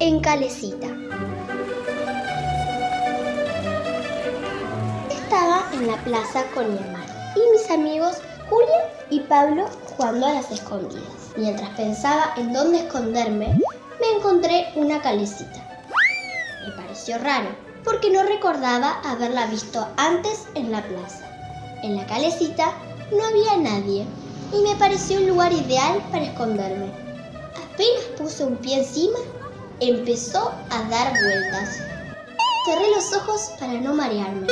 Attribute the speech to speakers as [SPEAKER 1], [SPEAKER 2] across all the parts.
[SPEAKER 1] en Calecita. Estaba en la plaza con mi hermano y mis amigos Julia y Pablo jugando a las escondidas. Mientras pensaba en dónde esconderme, me encontré una calecita. Me pareció raro, porque no recordaba haberla visto antes en la plaza. En la calecita no había nadie y me pareció un lugar ideal para esconderme. Apenas puse un pie encima, empezó a dar vueltas. Cerré los ojos para no marearme.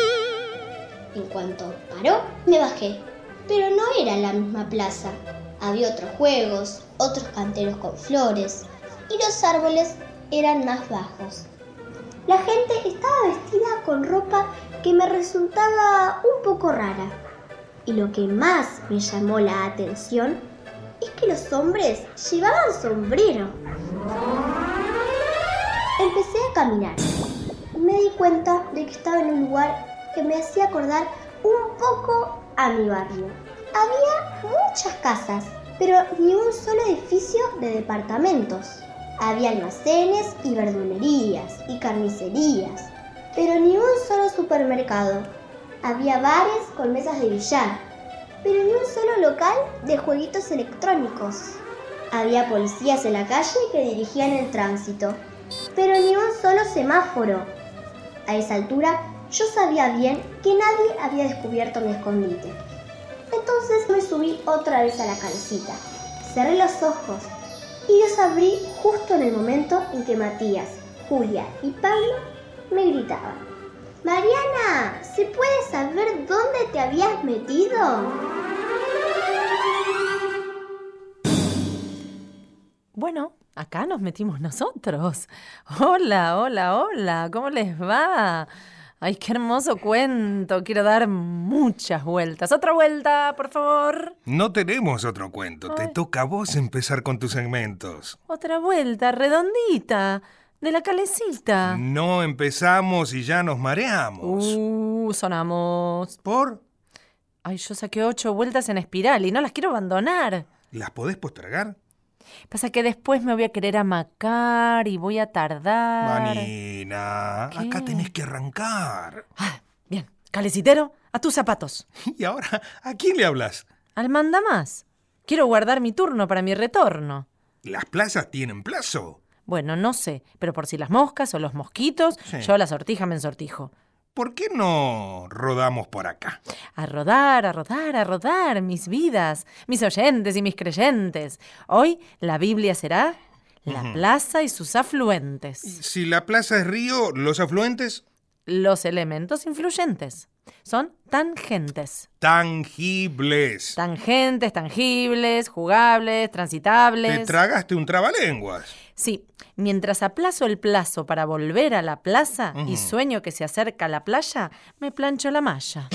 [SPEAKER 1] En cuanto paró, me bajé. Pero no era la misma plaza. Había otros juegos, otros canteros con flores y los árboles eran más bajos. La gente estaba vestida con ropa que me resultaba un poco rara. Y lo que más me llamó la atención es que los hombres llevaban sombrero. Empecé a caminar. Me di cuenta de que estaba en un lugar que me hacía acordar un poco a mi barrio. Había muchas casas, pero ni un solo edificio de departamentos. Había almacenes y verdulerías y carnicerías, pero ni un solo supermercado. Había bares con mesas de billar, pero ni un solo local de jueguitos electrónicos. Había policías en la calle que dirigían el tránsito, pero ni un solo semáforo. A esa altura yo sabía bien que nadie había descubierto mi escondite. Entonces me subí otra vez a la calcita, cerré los ojos y los abrí justo en el momento en que Matías, Julia y Pablo me gritaban. Mariana, ¿se puede saber dónde te habías metido?
[SPEAKER 2] Bueno, acá nos metimos nosotros. Hola, hola, hola, ¿cómo les va? Ay, qué hermoso cuento. Quiero dar muchas vueltas. Otra vuelta, por favor.
[SPEAKER 3] No tenemos otro cuento. Te
[SPEAKER 2] Ay.
[SPEAKER 3] toca a vos empezar con tus segmentos.
[SPEAKER 2] Otra vuelta, redondita. De la calecita.
[SPEAKER 3] No empezamos y ya nos mareamos.
[SPEAKER 2] Uh, sonamos.
[SPEAKER 3] ¿Por?
[SPEAKER 2] Ay, yo saqué ocho vueltas en espiral y no las quiero abandonar.
[SPEAKER 3] ¿Las podés postergar?
[SPEAKER 2] Pasa que después me voy a querer amacar y voy a tardar.
[SPEAKER 3] Manina,
[SPEAKER 2] ¿Qué?
[SPEAKER 3] acá tenés que arrancar.
[SPEAKER 2] Ah, bien, calecitero, a tus zapatos.
[SPEAKER 3] ¿Y ahora a quién le hablas?
[SPEAKER 2] Al manda más. Quiero guardar mi turno para mi retorno.
[SPEAKER 3] ¿Las plazas tienen plazo?
[SPEAKER 2] Bueno, no sé, pero por si las moscas o los mosquitos,
[SPEAKER 3] Sí.
[SPEAKER 2] yo a la sortija me ensortijo.
[SPEAKER 3] ¿Por qué no rodamos por acá?
[SPEAKER 2] A rodar, a rodar, a rodar, mis vidas, mis oyentes y mis creyentes. Hoy la Biblia será la plaza y sus afluentes.
[SPEAKER 3] Si la plaza es río, los afluentes
[SPEAKER 2] Los elementos influyentes son tangentes.
[SPEAKER 3] tangibles.
[SPEAKER 2] Tangentes, tangibles, jugables, transitables.
[SPEAKER 3] Te tragaste un trabalenguas.
[SPEAKER 2] Sí, mientras aplazo el plazo para volver a la plaza y sueño que se acerca la playa, me plancho la malla.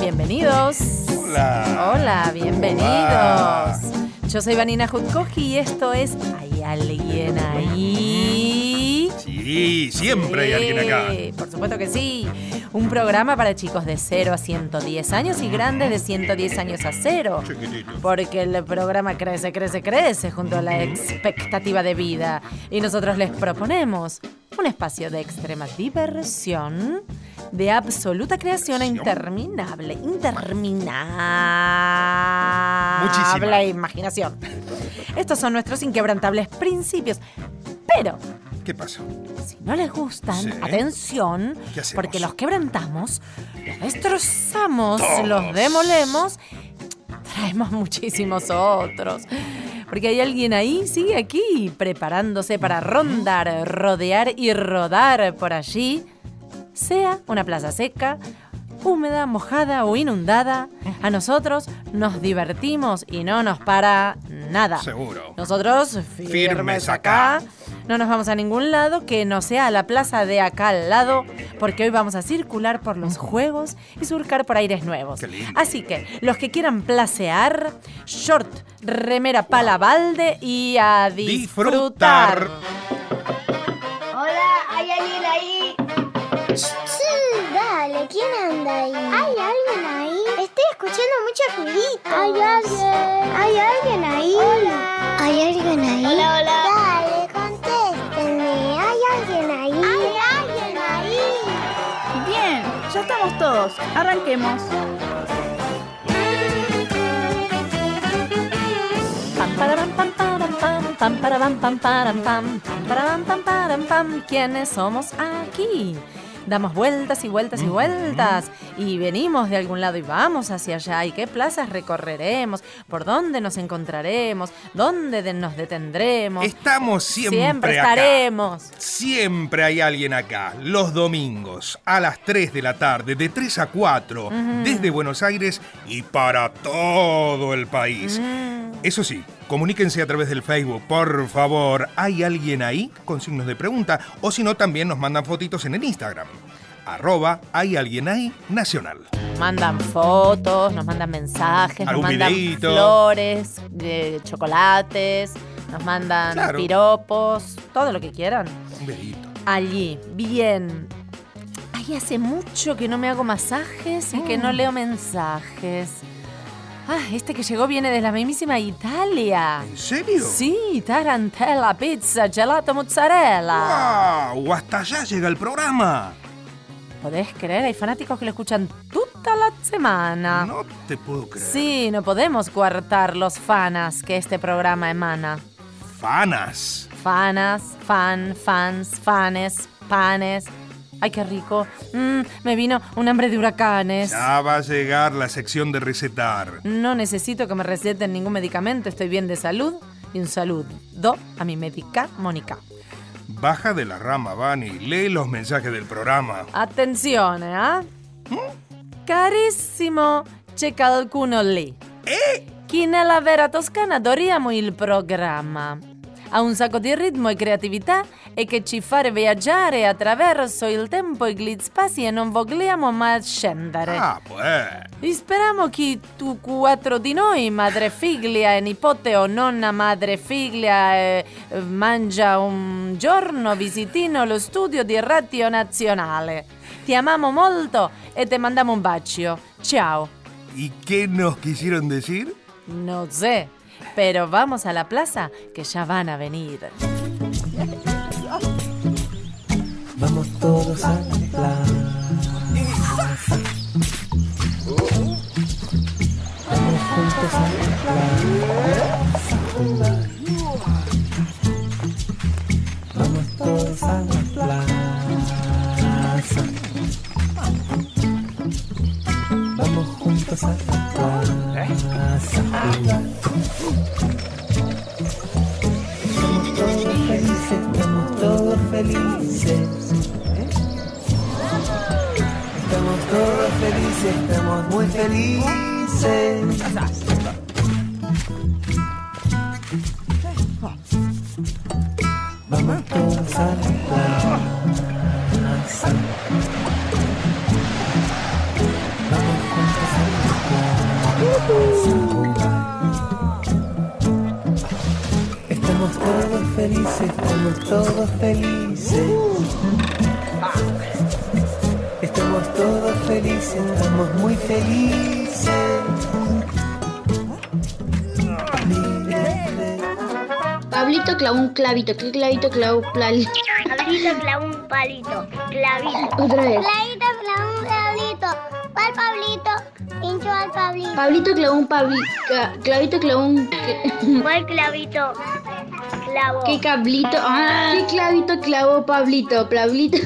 [SPEAKER 2] Bienvenidos.
[SPEAKER 3] Hola.
[SPEAKER 2] Hola,
[SPEAKER 3] va?
[SPEAKER 2] bienvenidos. Yo soy Vanina Jutkoski y esto es Hay alguien ahí.
[SPEAKER 3] Sí, siempre hay alguien acá.
[SPEAKER 2] Sí, Por supuesto que sí. Un programa para chicos de 0 a 110 años y grandes de 110 años a 0.
[SPEAKER 3] Chiquitito.
[SPEAKER 2] Porque el programa crece, crece, crece junto a la expectativa de vida. Y nosotros les proponemos un espacio de extrema diversión, de absoluta creación e interminable, interminable
[SPEAKER 3] Muchísima.
[SPEAKER 2] imaginación. Estos son nuestros inquebrantables principios. Pero
[SPEAKER 3] ¿Qué pasó?
[SPEAKER 2] si no les gustan,
[SPEAKER 3] Sí.
[SPEAKER 2] atención,
[SPEAKER 3] ¿Qué hacemos?
[SPEAKER 2] porque los quebrantamos, los destrozamos,
[SPEAKER 3] Todos.
[SPEAKER 2] los demolemos, traemos muchísimos otros. Porque hay alguien ahí, sigue aquí, preparándose para rondar, rodear y rodar por allí, sea una plaza seca, húmeda, mojada o inundada. A nosotros nos divertimos y no nos para nada.
[SPEAKER 3] Seguro.
[SPEAKER 2] Nosotros firmes
[SPEAKER 3] Firmes
[SPEAKER 2] acá.
[SPEAKER 3] acá.
[SPEAKER 2] No nos vamos a ningún lado que no sea a la plaza de acá al lado, porque hoy vamos a circular por los juegos y surcar por aires nuevos.
[SPEAKER 3] Qué lindo.
[SPEAKER 2] Así que los que quieran placear, short, remera pala balde y a
[SPEAKER 3] Disfrutar.
[SPEAKER 2] disfrutar.
[SPEAKER 4] Hola, ¿hay alguien ahí?
[SPEAKER 5] Sí, dale, ¿quién anda ahí? ¿Hay alguien ahí? Estoy escuchando mucho ruidito. ¿Hay alguien? ¿Hay alguien ahí? Hola. ¿Hay alguien ahí?
[SPEAKER 4] Hola, hola. Listos, arranquemos.
[SPEAKER 2] Pam, parabam, pam, parabam, pam, pam, parabam, pam, param, pam, pam, parabam, pam, param, pam. ¿Quiénes somos aquí? Damos vueltas y vueltas y vueltas y venimos de algún lado y vamos hacia allá y qué plazas recorreremos, por dónde nos encontraremos, dónde de- nos detendremos.
[SPEAKER 3] Estamos siempre, acá.
[SPEAKER 2] estaremos.
[SPEAKER 3] Siempre hay alguien acá, los domingos, a las 3 de la tarde, de 3 a 4, desde Buenos Aires y para todo el país.
[SPEAKER 2] Mm.
[SPEAKER 3] Eso sí, comuníquense a través del Facebook, por favor. ¿Hay alguien ahí? Con signos de pregunta. O si no, también nos mandan fotitos en el Instagram. Arroba, hay alguien ahí, nacional.
[SPEAKER 2] Mandan fotos, nos mandan mensajes, nos
[SPEAKER 3] Algún
[SPEAKER 2] mandan
[SPEAKER 3] videíto.
[SPEAKER 2] flores, eh, chocolates, nos mandan
[SPEAKER 3] Claro.
[SPEAKER 2] piropos, todo lo que quieran.
[SPEAKER 3] Un besito.
[SPEAKER 2] Allí, bien. Ay, hace mucho que no me hago masajes y que no
[SPEAKER 3] Mm.
[SPEAKER 2] leo mensajes. Ah, este que llegó viene de la mismísima Italia.
[SPEAKER 3] ¿En serio?
[SPEAKER 2] Sí, tarantella, pizza, gelato, mozzarella.
[SPEAKER 3] ¡Wow! ¡Hasta allá llega el programa!
[SPEAKER 2] ¿Podés creer? Hay fanáticos que lo escuchan toda la semana.
[SPEAKER 3] No te puedo creer.
[SPEAKER 2] Sí, no podemos coartar los fanas que este programa emana.
[SPEAKER 3] Fanas.
[SPEAKER 2] Fanas, fan, fans, fanes, panes. Ay, qué rico. Mm, me vino un hambre de huracanes.
[SPEAKER 3] Ya va a llegar la sección de recetar.
[SPEAKER 2] No necesito que me receten ningún medicamento, estoy bien de salud. Y un saludo a mi médica, Mónica.
[SPEAKER 3] Baja de la rama, Vani. Lee los mensajes del programa.
[SPEAKER 2] Attenzione, eh? Carissimo, c'è qualcuno lì. Chi nella vera Toscana adoriamo il programma. Ha un sacco di ritmo e creatività e che ci fa viaggiare attraverso il tempo e gli spazi e non vogliamo mai scendere.
[SPEAKER 3] Ah, pues.
[SPEAKER 2] Speriamo che tu quattro di noi, madre figlia e nipote o nonna madre figlia, eh, eh, mangia un giorno visitino lo studio di Radio Nazionale. Ti amiamo molto e ti mandiamo un bacio. Ciao.
[SPEAKER 3] ¿Y qué nos quisieron decir?
[SPEAKER 2] No sé, pero vamos a la plaza que ya van a venir.
[SPEAKER 6] Vamos todos a la plaza. Vamos juntos a la plaza. Vamos todos a la plaza. Vamos juntos a la plaza. Somos todos felices, estamos todos felices. Estamos todos felices, estamos muy felices. Vamos todos a la plaza. Vamos juntos a la plaza. Estamos todos felices, estamos todos felices. Estamos todos felices, estamos muy felices.
[SPEAKER 5] Pablito clavó un clavito. ¿Qué clavito clavó? Plali-
[SPEAKER 1] Pablito clavó un palito. Clavito.
[SPEAKER 5] Otra vez.
[SPEAKER 1] Clavito clavó un clavito. ¿Cuál Pablito? Pincho al Pablito.
[SPEAKER 5] Pablito clavó un pabli- ca- clavito clavó un...
[SPEAKER 1] ¿Cuál clavito? Clavó.
[SPEAKER 5] ¿Qué cablito? Ah, ¿Qué clavito clavó Pablito? Pablito.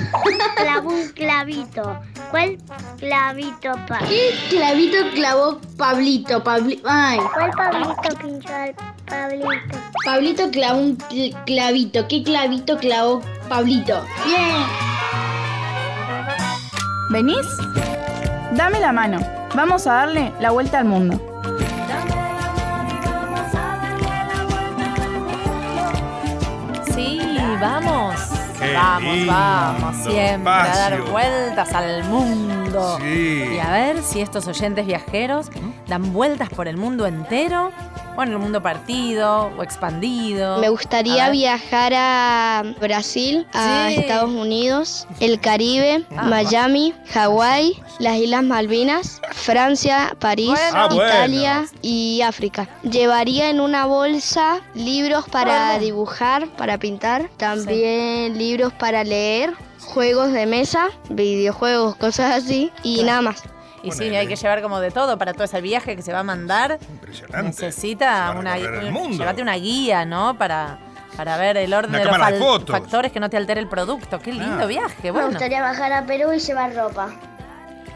[SPEAKER 1] Clavó un clavito. ¿Cuál clavito, Pablito?
[SPEAKER 5] ¿Qué clavito clavó Pablito? Pabli- Ay,
[SPEAKER 1] ¿Cuál Pablito pinchó al Pablito?
[SPEAKER 5] Pablito clavó un cl- clavito. ¿Qué clavito clavó Pablito? Bien.
[SPEAKER 4] ¿Venís? Dame la mano. Vamos a darle la vuelta al mundo.
[SPEAKER 2] Sí, vamos.
[SPEAKER 3] Qué
[SPEAKER 2] vamos,
[SPEAKER 3] lindo
[SPEAKER 2] vamos. Siempre a dar
[SPEAKER 3] espacio.
[SPEAKER 2] vueltas al mundo.
[SPEAKER 3] Sí.
[SPEAKER 2] Y a ver si estos oyentes viajeros dan vueltas por el mundo entero o en el mundo partido o expandido.
[SPEAKER 7] Me
[SPEAKER 2] A
[SPEAKER 7] gustaría
[SPEAKER 2] ver.
[SPEAKER 7] viajar a Brasil, a
[SPEAKER 2] Sí.
[SPEAKER 7] Estados Unidos, el Caribe,
[SPEAKER 2] Ah,
[SPEAKER 7] Miami, Hawái, las Islas Malvinas, Francia, París,
[SPEAKER 2] Bueno. Ah,
[SPEAKER 3] bueno.
[SPEAKER 7] Italia y África. Llevaría en una bolsa libros para dibujar, para pintar, también libros para leer, juegos de mesa, videojuegos, cosas así y nada más.
[SPEAKER 2] Y sí,
[SPEAKER 3] Ponele.
[SPEAKER 2] hay que llevar como de todo para todo ese viaje que se va a mandar.
[SPEAKER 3] Impresionante.
[SPEAKER 2] Necesita
[SPEAKER 3] Para
[SPEAKER 2] una,
[SPEAKER 3] recorrer el
[SPEAKER 2] un-
[SPEAKER 3] mundo.
[SPEAKER 2] llévate una guía, ¿no? Para, para ver el orden
[SPEAKER 3] Una
[SPEAKER 2] de los
[SPEAKER 3] cámara de
[SPEAKER 2] fal-
[SPEAKER 3] fotos.
[SPEAKER 2] factores que no te altere el producto. Qué lindo
[SPEAKER 3] Claro.
[SPEAKER 2] viaje,
[SPEAKER 5] Me
[SPEAKER 2] bueno.
[SPEAKER 5] gustaría bajar a Perú y llevar ropa.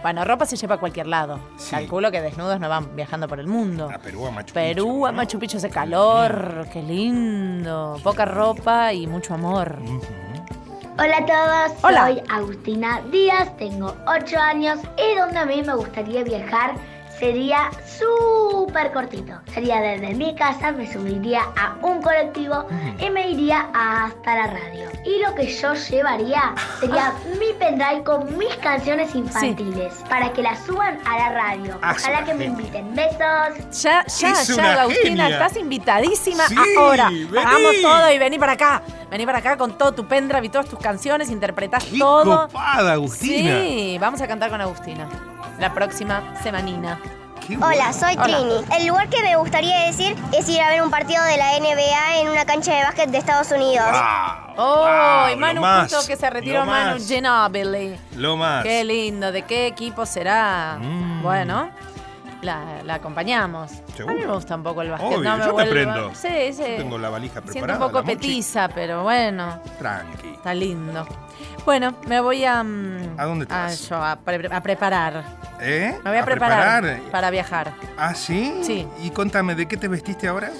[SPEAKER 2] Bueno, ropa se lleva a cualquier lado.
[SPEAKER 3] Sí.
[SPEAKER 2] Calculo que desnudos no van viajando por el mundo.
[SPEAKER 3] A Perú, a Machu
[SPEAKER 2] Perú,
[SPEAKER 3] Picchu,
[SPEAKER 2] a
[SPEAKER 3] ¿no?
[SPEAKER 2] Machu Picchu hace calor, qué lindo. Poca ropa y mucho amor.
[SPEAKER 5] Hola a todos,
[SPEAKER 2] Hola.
[SPEAKER 5] soy Agustina Díaz, tengo 8 años y donde a mí me gustaría viajar sería súper cortito. Sería desde mi casa, me subiría a un colectivo
[SPEAKER 2] Mm.
[SPEAKER 5] y me iría hasta la radio. Y lo que yo llevaría
[SPEAKER 2] Ah.
[SPEAKER 5] sería mi pendrive con mis canciones infantiles para que las suban a la radio.
[SPEAKER 3] Ah, es
[SPEAKER 5] Ojalá
[SPEAKER 3] una
[SPEAKER 5] que me
[SPEAKER 3] genia.
[SPEAKER 5] inviten. Besos.
[SPEAKER 2] Ya, ya,
[SPEAKER 3] Es una
[SPEAKER 2] ya, Agustina,
[SPEAKER 3] genia.
[SPEAKER 2] estás invitadísima
[SPEAKER 3] Sí,
[SPEAKER 2] ahora.
[SPEAKER 3] vení.
[SPEAKER 2] Hagamos todo y vení para acá. Vení para acá con todo tu pendrive y todas tus canciones, interpretás
[SPEAKER 3] ¡Qué
[SPEAKER 2] todo.
[SPEAKER 3] copada, Agustina!
[SPEAKER 2] Sí, vamos a cantar con Agustina. La próxima semanina.
[SPEAKER 3] Qué
[SPEAKER 8] Hola,
[SPEAKER 3] bueno.
[SPEAKER 8] soy
[SPEAKER 2] Hola.
[SPEAKER 8] Trini. El lugar que me gustaría decir es ir a ver un partido de la NBA en una cancha de básquet de Estados Unidos.
[SPEAKER 3] ¡Wow!
[SPEAKER 2] ¡Oh!
[SPEAKER 3] wow,
[SPEAKER 2] y Manu
[SPEAKER 3] lo más,
[SPEAKER 2] justo que se retiró
[SPEAKER 3] lo
[SPEAKER 2] Manu
[SPEAKER 3] más,
[SPEAKER 2] Ginobili.
[SPEAKER 3] Lo más.
[SPEAKER 2] Qué lindo, ¿de qué equipo será?
[SPEAKER 3] Mm.
[SPEAKER 2] Bueno, la, la acompañamos.
[SPEAKER 3] Seguro.
[SPEAKER 2] A mí me gusta un poco el básquet.
[SPEAKER 3] Obvio,
[SPEAKER 2] no
[SPEAKER 3] yo
[SPEAKER 2] me
[SPEAKER 3] te
[SPEAKER 2] vuelvo-
[SPEAKER 3] prendo.
[SPEAKER 2] Sí, sí.
[SPEAKER 3] Yo tengo la valija
[SPEAKER 2] Siento
[SPEAKER 3] preparada.
[SPEAKER 2] un poco
[SPEAKER 3] la mochi.
[SPEAKER 2] petiza, pero bueno,
[SPEAKER 3] Tranqui.
[SPEAKER 2] está lindo. Bueno, me voy a... mm,
[SPEAKER 3] ¿A dónde te vas?
[SPEAKER 2] yo, a, pre- a preparar.
[SPEAKER 3] ¿Eh?
[SPEAKER 2] Me voy a, preparar, para viajar.
[SPEAKER 3] ¿Ah, sí?
[SPEAKER 2] Sí.
[SPEAKER 3] Y contame, ¿de qué te vestiste ahora?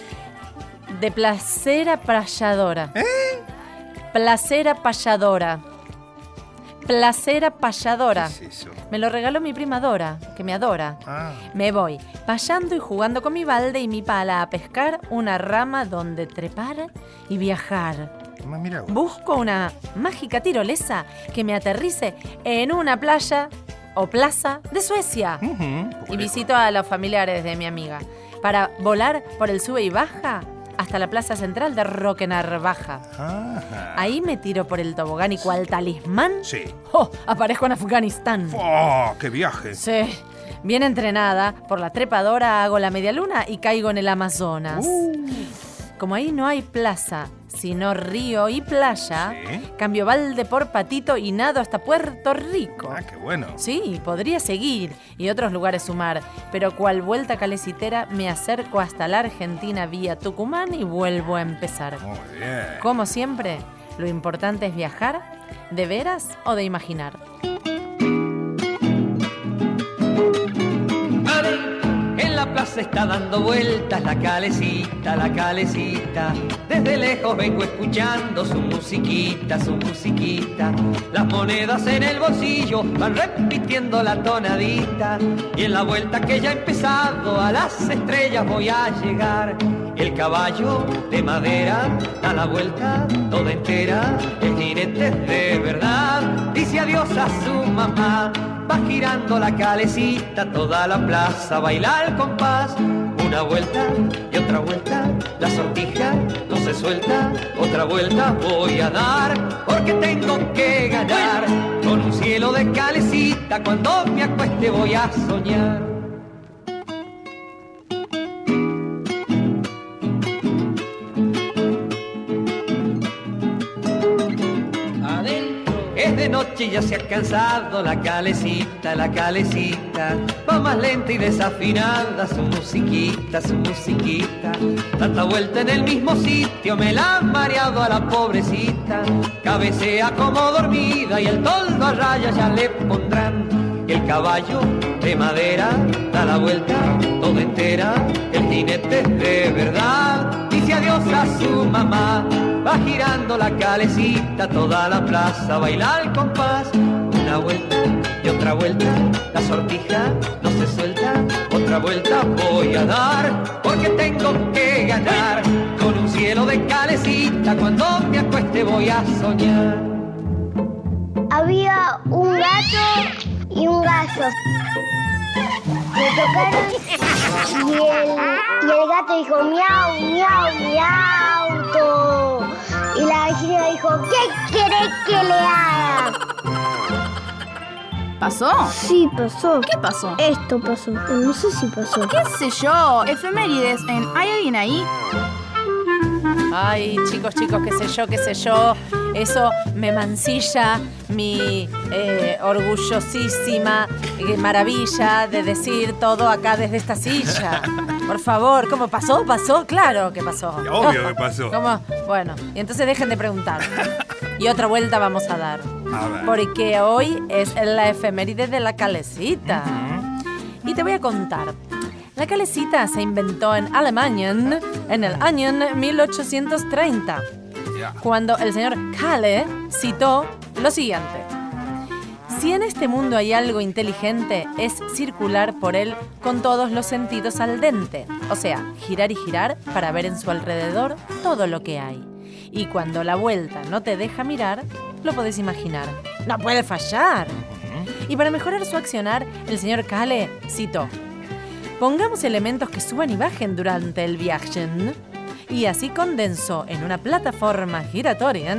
[SPEAKER 2] De placer apalladora.
[SPEAKER 3] ¿Eh?
[SPEAKER 2] Placer apalladora. Placer apalladora.
[SPEAKER 3] ¿Qué es eso?
[SPEAKER 2] Me lo regaló mi prima Dora, que me adora.
[SPEAKER 3] Ah,
[SPEAKER 2] Me voy, payando y jugando con mi balde y mi pala a pescar una rama donde trepar y viajar.
[SPEAKER 3] más mira vos.
[SPEAKER 2] Busco una mágica tirolesa que me aterrice en una playa o plaza de Suecia.
[SPEAKER 3] Ujú, un poco
[SPEAKER 2] Y
[SPEAKER 3] lejos.
[SPEAKER 2] visito a los familiares de mi amiga para volar por el sube y baja hasta la plaza central de Roquenarbaja.
[SPEAKER 3] Ajá.
[SPEAKER 2] Ahí me tiro por el tobogán y cual talismán,
[SPEAKER 3] Ah, Sí.
[SPEAKER 2] ¡oh! aparezco en Afganistán.
[SPEAKER 3] ¡Oh, qué viaje!
[SPEAKER 2] Sí, bien entrenada, por la trepadora hago la media luna y caigo en el Amazonas.
[SPEAKER 3] Uh.
[SPEAKER 2] Como ahí no hay plaza, sino río y playa,
[SPEAKER 3] Sí.
[SPEAKER 2] cambio balde por patito y nado hasta Puerto Rico.
[SPEAKER 3] Ah, qué bueno.
[SPEAKER 2] Sí, podría seguir y otros lugares sumar, pero cual vuelta calecitera me acerco hasta la Argentina vía Tucumán y vuelvo a empezar.
[SPEAKER 3] Muy bien.
[SPEAKER 2] Como siempre, lo importante es viajar, de veras o de imaginar.
[SPEAKER 9] Are, En la plaza está dando vueltas la calecita, la calecita. Desde lejos vengo escuchando su musiquita, su musiquita. Las monedas en el bolsillo van repitiendo la tonadita. Y en la vuelta que ya he empezado a las estrellas voy a llegar. El caballo de madera da la vuelta toda entera. El jinete es de verdad dice adiós a su mamá. Va girando la calecita, toda la plaza baila al compás. Una vuelta y otra vuelta, la sortija no se suelta. Otra vuelta voy a dar porque tengo que ganar. Con un cielo de calecita, cuando me acueste voy a soñar. adentro. Es de noche y ya se ha cansado la calecita, la calecita. Va más lenta y desafinada su musiquita, su musiquita. Tanta vuelta en el mismo sitio, me la han mareado a la pobrecita. Cabecea como dormida y el toldo a raya ya le pondrán. El caballo de madera da la vuelta toda entera. El jinete es de verdad dice adiós a su mamá. Va girando la calecita, toda la plaza baila al compás. Una vuelta y otra vuelta, la sortija no se suelta. Otra vuelta voy a dar porque tengo que ganar. Con un cielo de calecita, cuando me acueste voy a soñar.
[SPEAKER 5] Había un gato y un gallo.
[SPEAKER 1] Me tocaron y el, y el gato dijo miau, miau, miau. Y la vecina dijo, ¿qué querés que le haga?
[SPEAKER 4] ¿Pasó?
[SPEAKER 1] Sí, pasó.
[SPEAKER 4] ¿Qué pasó?
[SPEAKER 1] Esto pasó. No sé si pasó.
[SPEAKER 4] ¿Qué sé yo? Efemérides en ¿Hay alguien ahí?
[SPEAKER 2] Ay, chicos, chicos, qué sé yo, qué sé yo. Eso me mancilla mi eh, orgullosísima eh, maravilla de decir todo acá desde esta silla. Por favor, ¿cómo pasó? ¿Pasó? Claro que pasó.
[SPEAKER 3] Obvio que pasó.
[SPEAKER 2] ¿Cómo? Bueno, y entonces dejen de preguntar. Y otra vuelta vamos a dar.
[SPEAKER 3] A ver.
[SPEAKER 2] Porque hoy es la efeméride de la calecita. Y te voy a contar. La calecita se inventó en Alemania en el año 1830,
[SPEAKER 3] Ya.
[SPEAKER 2] cuando el señor Kalle citó lo siguiente. Si en este mundo hay algo inteligente, es circular por él con todos los sentidos al dente, o sea, girar y girar para ver en su alrededor todo lo que hay. Y cuando la vuelta no te deja mirar, lo podés imaginar. No puede fallar. Y para mejorar su accionar, el señor Kale citó, Pongamos elementos que suban y bajen durante el viaje. Y así condensó en una plataforma giratoria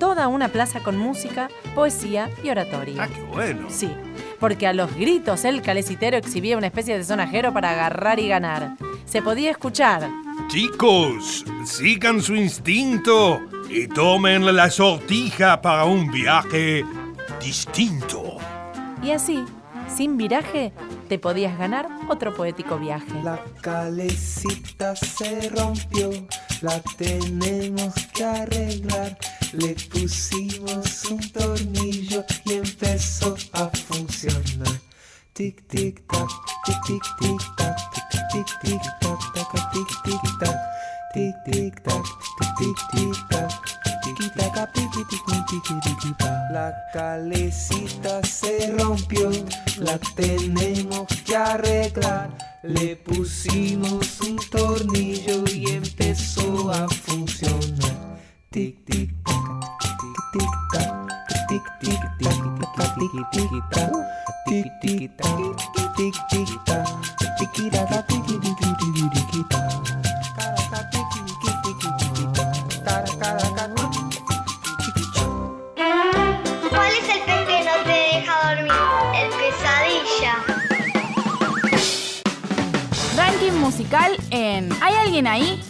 [SPEAKER 2] toda una plaza con música, poesía y oratoria.
[SPEAKER 3] Ah, qué bueno.
[SPEAKER 2] Sí, porque a los gritos el calecitero exhibía una especie de sonajero para agarrar y ganar. Se podía escuchar.
[SPEAKER 3] Chicos, sigan su instinto y tomen la sortija para un viaje distinto.
[SPEAKER 2] Y así, sin viraje, te podías ganar otro poético viaje.
[SPEAKER 6] La calecita se rompió, la tenemos que arreglar. Le pusimos un tornillo y empezó a funcionar. Tic tic tac, tic tic tic tac, tic tic tic tac, taca, tic tic tac, tic tic tac, tic tic tic tac. tiqui, taca, piqui, tiqui, tiqui, tiqui, pa. La calecita se rompió, la tenemos que arreglar. Le pusimos un tornillo y empezó a funcionar. Tic tic tac, tic tic tac, tic tic tac, taca, tic tic tac, tic tic tac, tic tic tac, tiqui, taca, tiqui, tiqui, tiqui, tiqui, pa. Caraca, tiqui, tiqui, tiqui, tiqui, pa. Taracaraca, tiqui, tac.
[SPEAKER 1] ¿Cuál es el pez que no te deja dormir? El pesadilla.
[SPEAKER 4] Ranking musical en ¿Hay alguien ahí?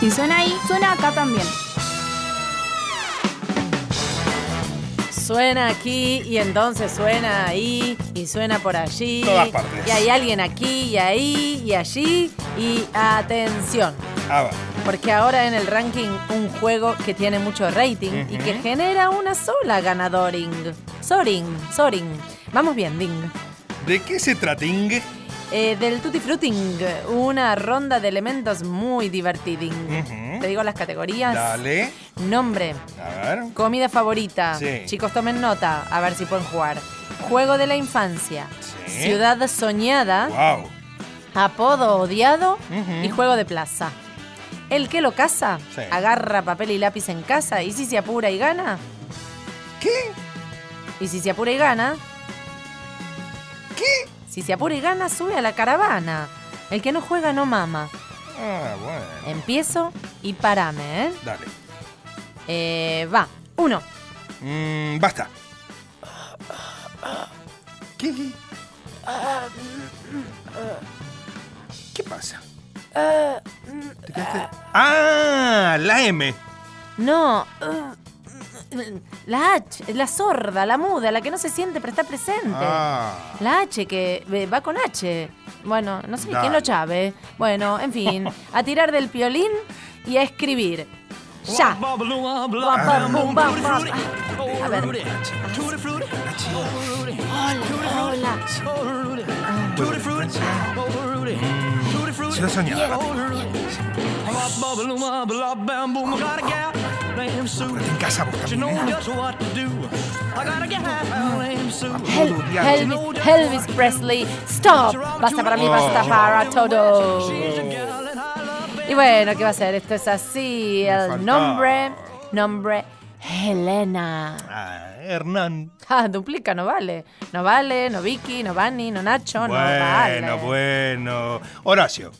[SPEAKER 4] Si suena ahí, suena acá también.
[SPEAKER 2] Suena aquí y entonces suena ahí y suena por allí.
[SPEAKER 3] Todas partes.
[SPEAKER 2] Y hay alguien aquí y ahí y allí. Y atención,
[SPEAKER 3] A ver.
[SPEAKER 2] porque ahora en el ranking un juego que tiene mucho rating y que genera una sola ganadoring. Soring, soring. Vamos bien, Ding.
[SPEAKER 3] ¿De qué se tratingue?
[SPEAKER 2] Eh, del Tutti Fruiting, una ronda de elementos muy divertiding. Te digo las categorías.
[SPEAKER 3] Dale.
[SPEAKER 2] Nombre,
[SPEAKER 3] A ver.
[SPEAKER 2] comida favorita.
[SPEAKER 3] Sí.
[SPEAKER 2] Chicos, tomen nota, a ver si pueden jugar. Juego de la infancia.
[SPEAKER 3] Sí.
[SPEAKER 2] Ciudad soñada.
[SPEAKER 3] Wow.
[SPEAKER 2] Apodo odiado y juego de plaza. El que lo caza,
[SPEAKER 3] Sí.
[SPEAKER 2] agarra papel y lápiz en casa y si se apura y gana.
[SPEAKER 3] ¿Qué?
[SPEAKER 2] Y si se apura y gana. ¿Qué? Si se apura y gana, sube a la caravana. El que no juega no mama.
[SPEAKER 3] Ah, bueno.
[SPEAKER 2] Empiezo y parame, ¿eh?
[SPEAKER 3] Dale.
[SPEAKER 2] Eh, va. Uno.
[SPEAKER 3] Mm, basta. ¿Qué? ¿Qué pasa?
[SPEAKER 2] mm,
[SPEAKER 3] ¿Te quedaste? Ah, la M.
[SPEAKER 2] No. uh, La H, es la sorda, la muda, la que no se siente pero está presente.
[SPEAKER 3] Ah.
[SPEAKER 2] La H que eh, va con H. Bueno, no sé,
[SPEAKER 3] Dale.
[SPEAKER 2] ¿quién lo sabe? Bueno, en fin, a tirar del piolín y a escribir. Ya. Guapa, bum, bam, bam. A ver. Hola, hola.
[SPEAKER 3] Se lo soñaba. Apúrate en casa, busca.
[SPEAKER 2] Hel- Elvis, Elvis Presley, stop. Basta para
[SPEAKER 3] Oh.
[SPEAKER 2] mí, basta para todos. Y bueno, ¿qué va a ser? Esto es así. El
[SPEAKER 3] faltaba.
[SPEAKER 2] nombre, nombre Helena.
[SPEAKER 3] Ah, Hernán.
[SPEAKER 2] Ah, duplica, no vale. No vale, no Vicky, no Vani, no Nacho, Oh, no vale.
[SPEAKER 3] Bueno, bueno. Horacio.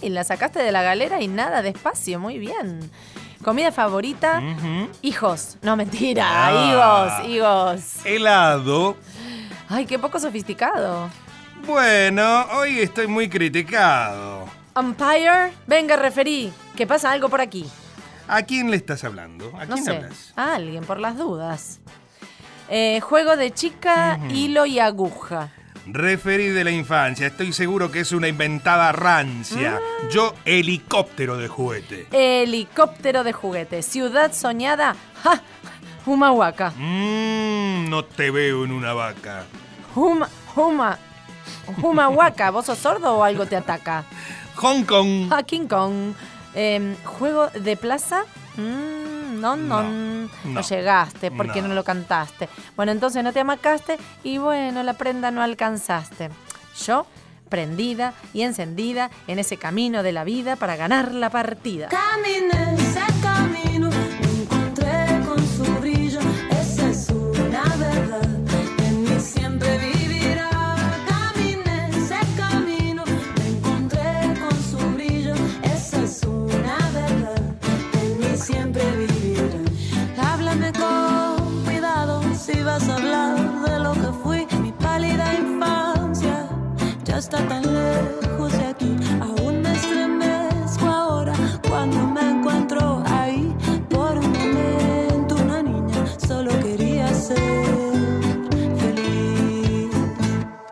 [SPEAKER 2] Ay, la sacaste de la galera y nada, despacio, muy bien. Comida favorita,
[SPEAKER 3] Ujú.
[SPEAKER 2] hijos. No, mentira,
[SPEAKER 3] Mm. Ah.
[SPEAKER 2] higos, higos.
[SPEAKER 3] Helado.
[SPEAKER 2] Ay, qué poco sofisticado.
[SPEAKER 3] Bueno, hoy estoy muy criticado.
[SPEAKER 2] Umpire, venga, referí, que pasa algo por aquí.
[SPEAKER 3] ¿A quién le estás hablando? ¿A
[SPEAKER 2] No
[SPEAKER 3] quién
[SPEAKER 2] sé,
[SPEAKER 3] hablas?
[SPEAKER 2] a alguien, por las dudas. Eh, juego de chica, hilo y aguja.
[SPEAKER 3] Referí de la infancia. Estoy seguro que es una inventada rancia.
[SPEAKER 2] Mm.
[SPEAKER 3] Yo, helicóptero de juguete.
[SPEAKER 2] Helicóptero de juguete. Ciudad soñada, ¡ja!
[SPEAKER 3] Mm.
[SPEAKER 2] Humahuaca.
[SPEAKER 3] Mmm, no te veo en una vaca.
[SPEAKER 2] Huma, huma. Humahuaca, ¿vos sos sordo o algo te ataca?
[SPEAKER 3] Hong Kong.
[SPEAKER 2] Ah, King Kong. Em, ¿Juego de plaza? Mm, no, no,
[SPEAKER 3] No,
[SPEAKER 2] no,
[SPEAKER 3] no,
[SPEAKER 2] llegaste porque
[SPEAKER 3] no.
[SPEAKER 2] no. lo cantaste. Bueno, entonces no te amacaste y bueno, la prenda no alcanzaste. Yo, prendida y encendida en ese camino de la vida para ganar la partida.
[SPEAKER 10] Caminé ese camino, me encontré con su brillo, esa es una verdad, en mí siempre vivirá. Caminé ese camino, me encontré con su brillo, esa es una verdad, en mí siempre vivirá. Háblame con cuidado si vas a hablar de lo que fui, mi pálida infancia. Ya está tan lejos de aquí, aún me estremezco ahora cuando me encuentro ahí. Por un momento una niña solo quería ser feliz.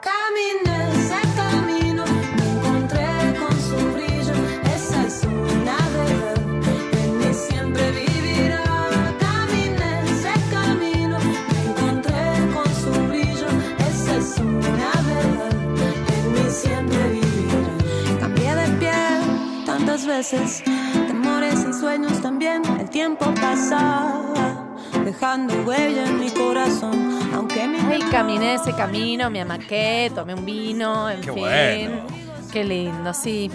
[SPEAKER 10] Caminé ese camino, me encontré con su brillo, esa es una verdad, en mí siempre vivirá. Caminé ese camino, me encontré con su brillo, esa es una verdad, en mí siempre vivirá. Cambié de piel tantas veces, temores y sueños también, el tiempo pasaba, dejando huella en mi corazón, aunque mi
[SPEAKER 2] Ay, caminé ese camino, me amaqué, tomé un vino, en
[SPEAKER 3] Qué
[SPEAKER 2] fin.
[SPEAKER 3] bueno.
[SPEAKER 2] Qué lindo, sí.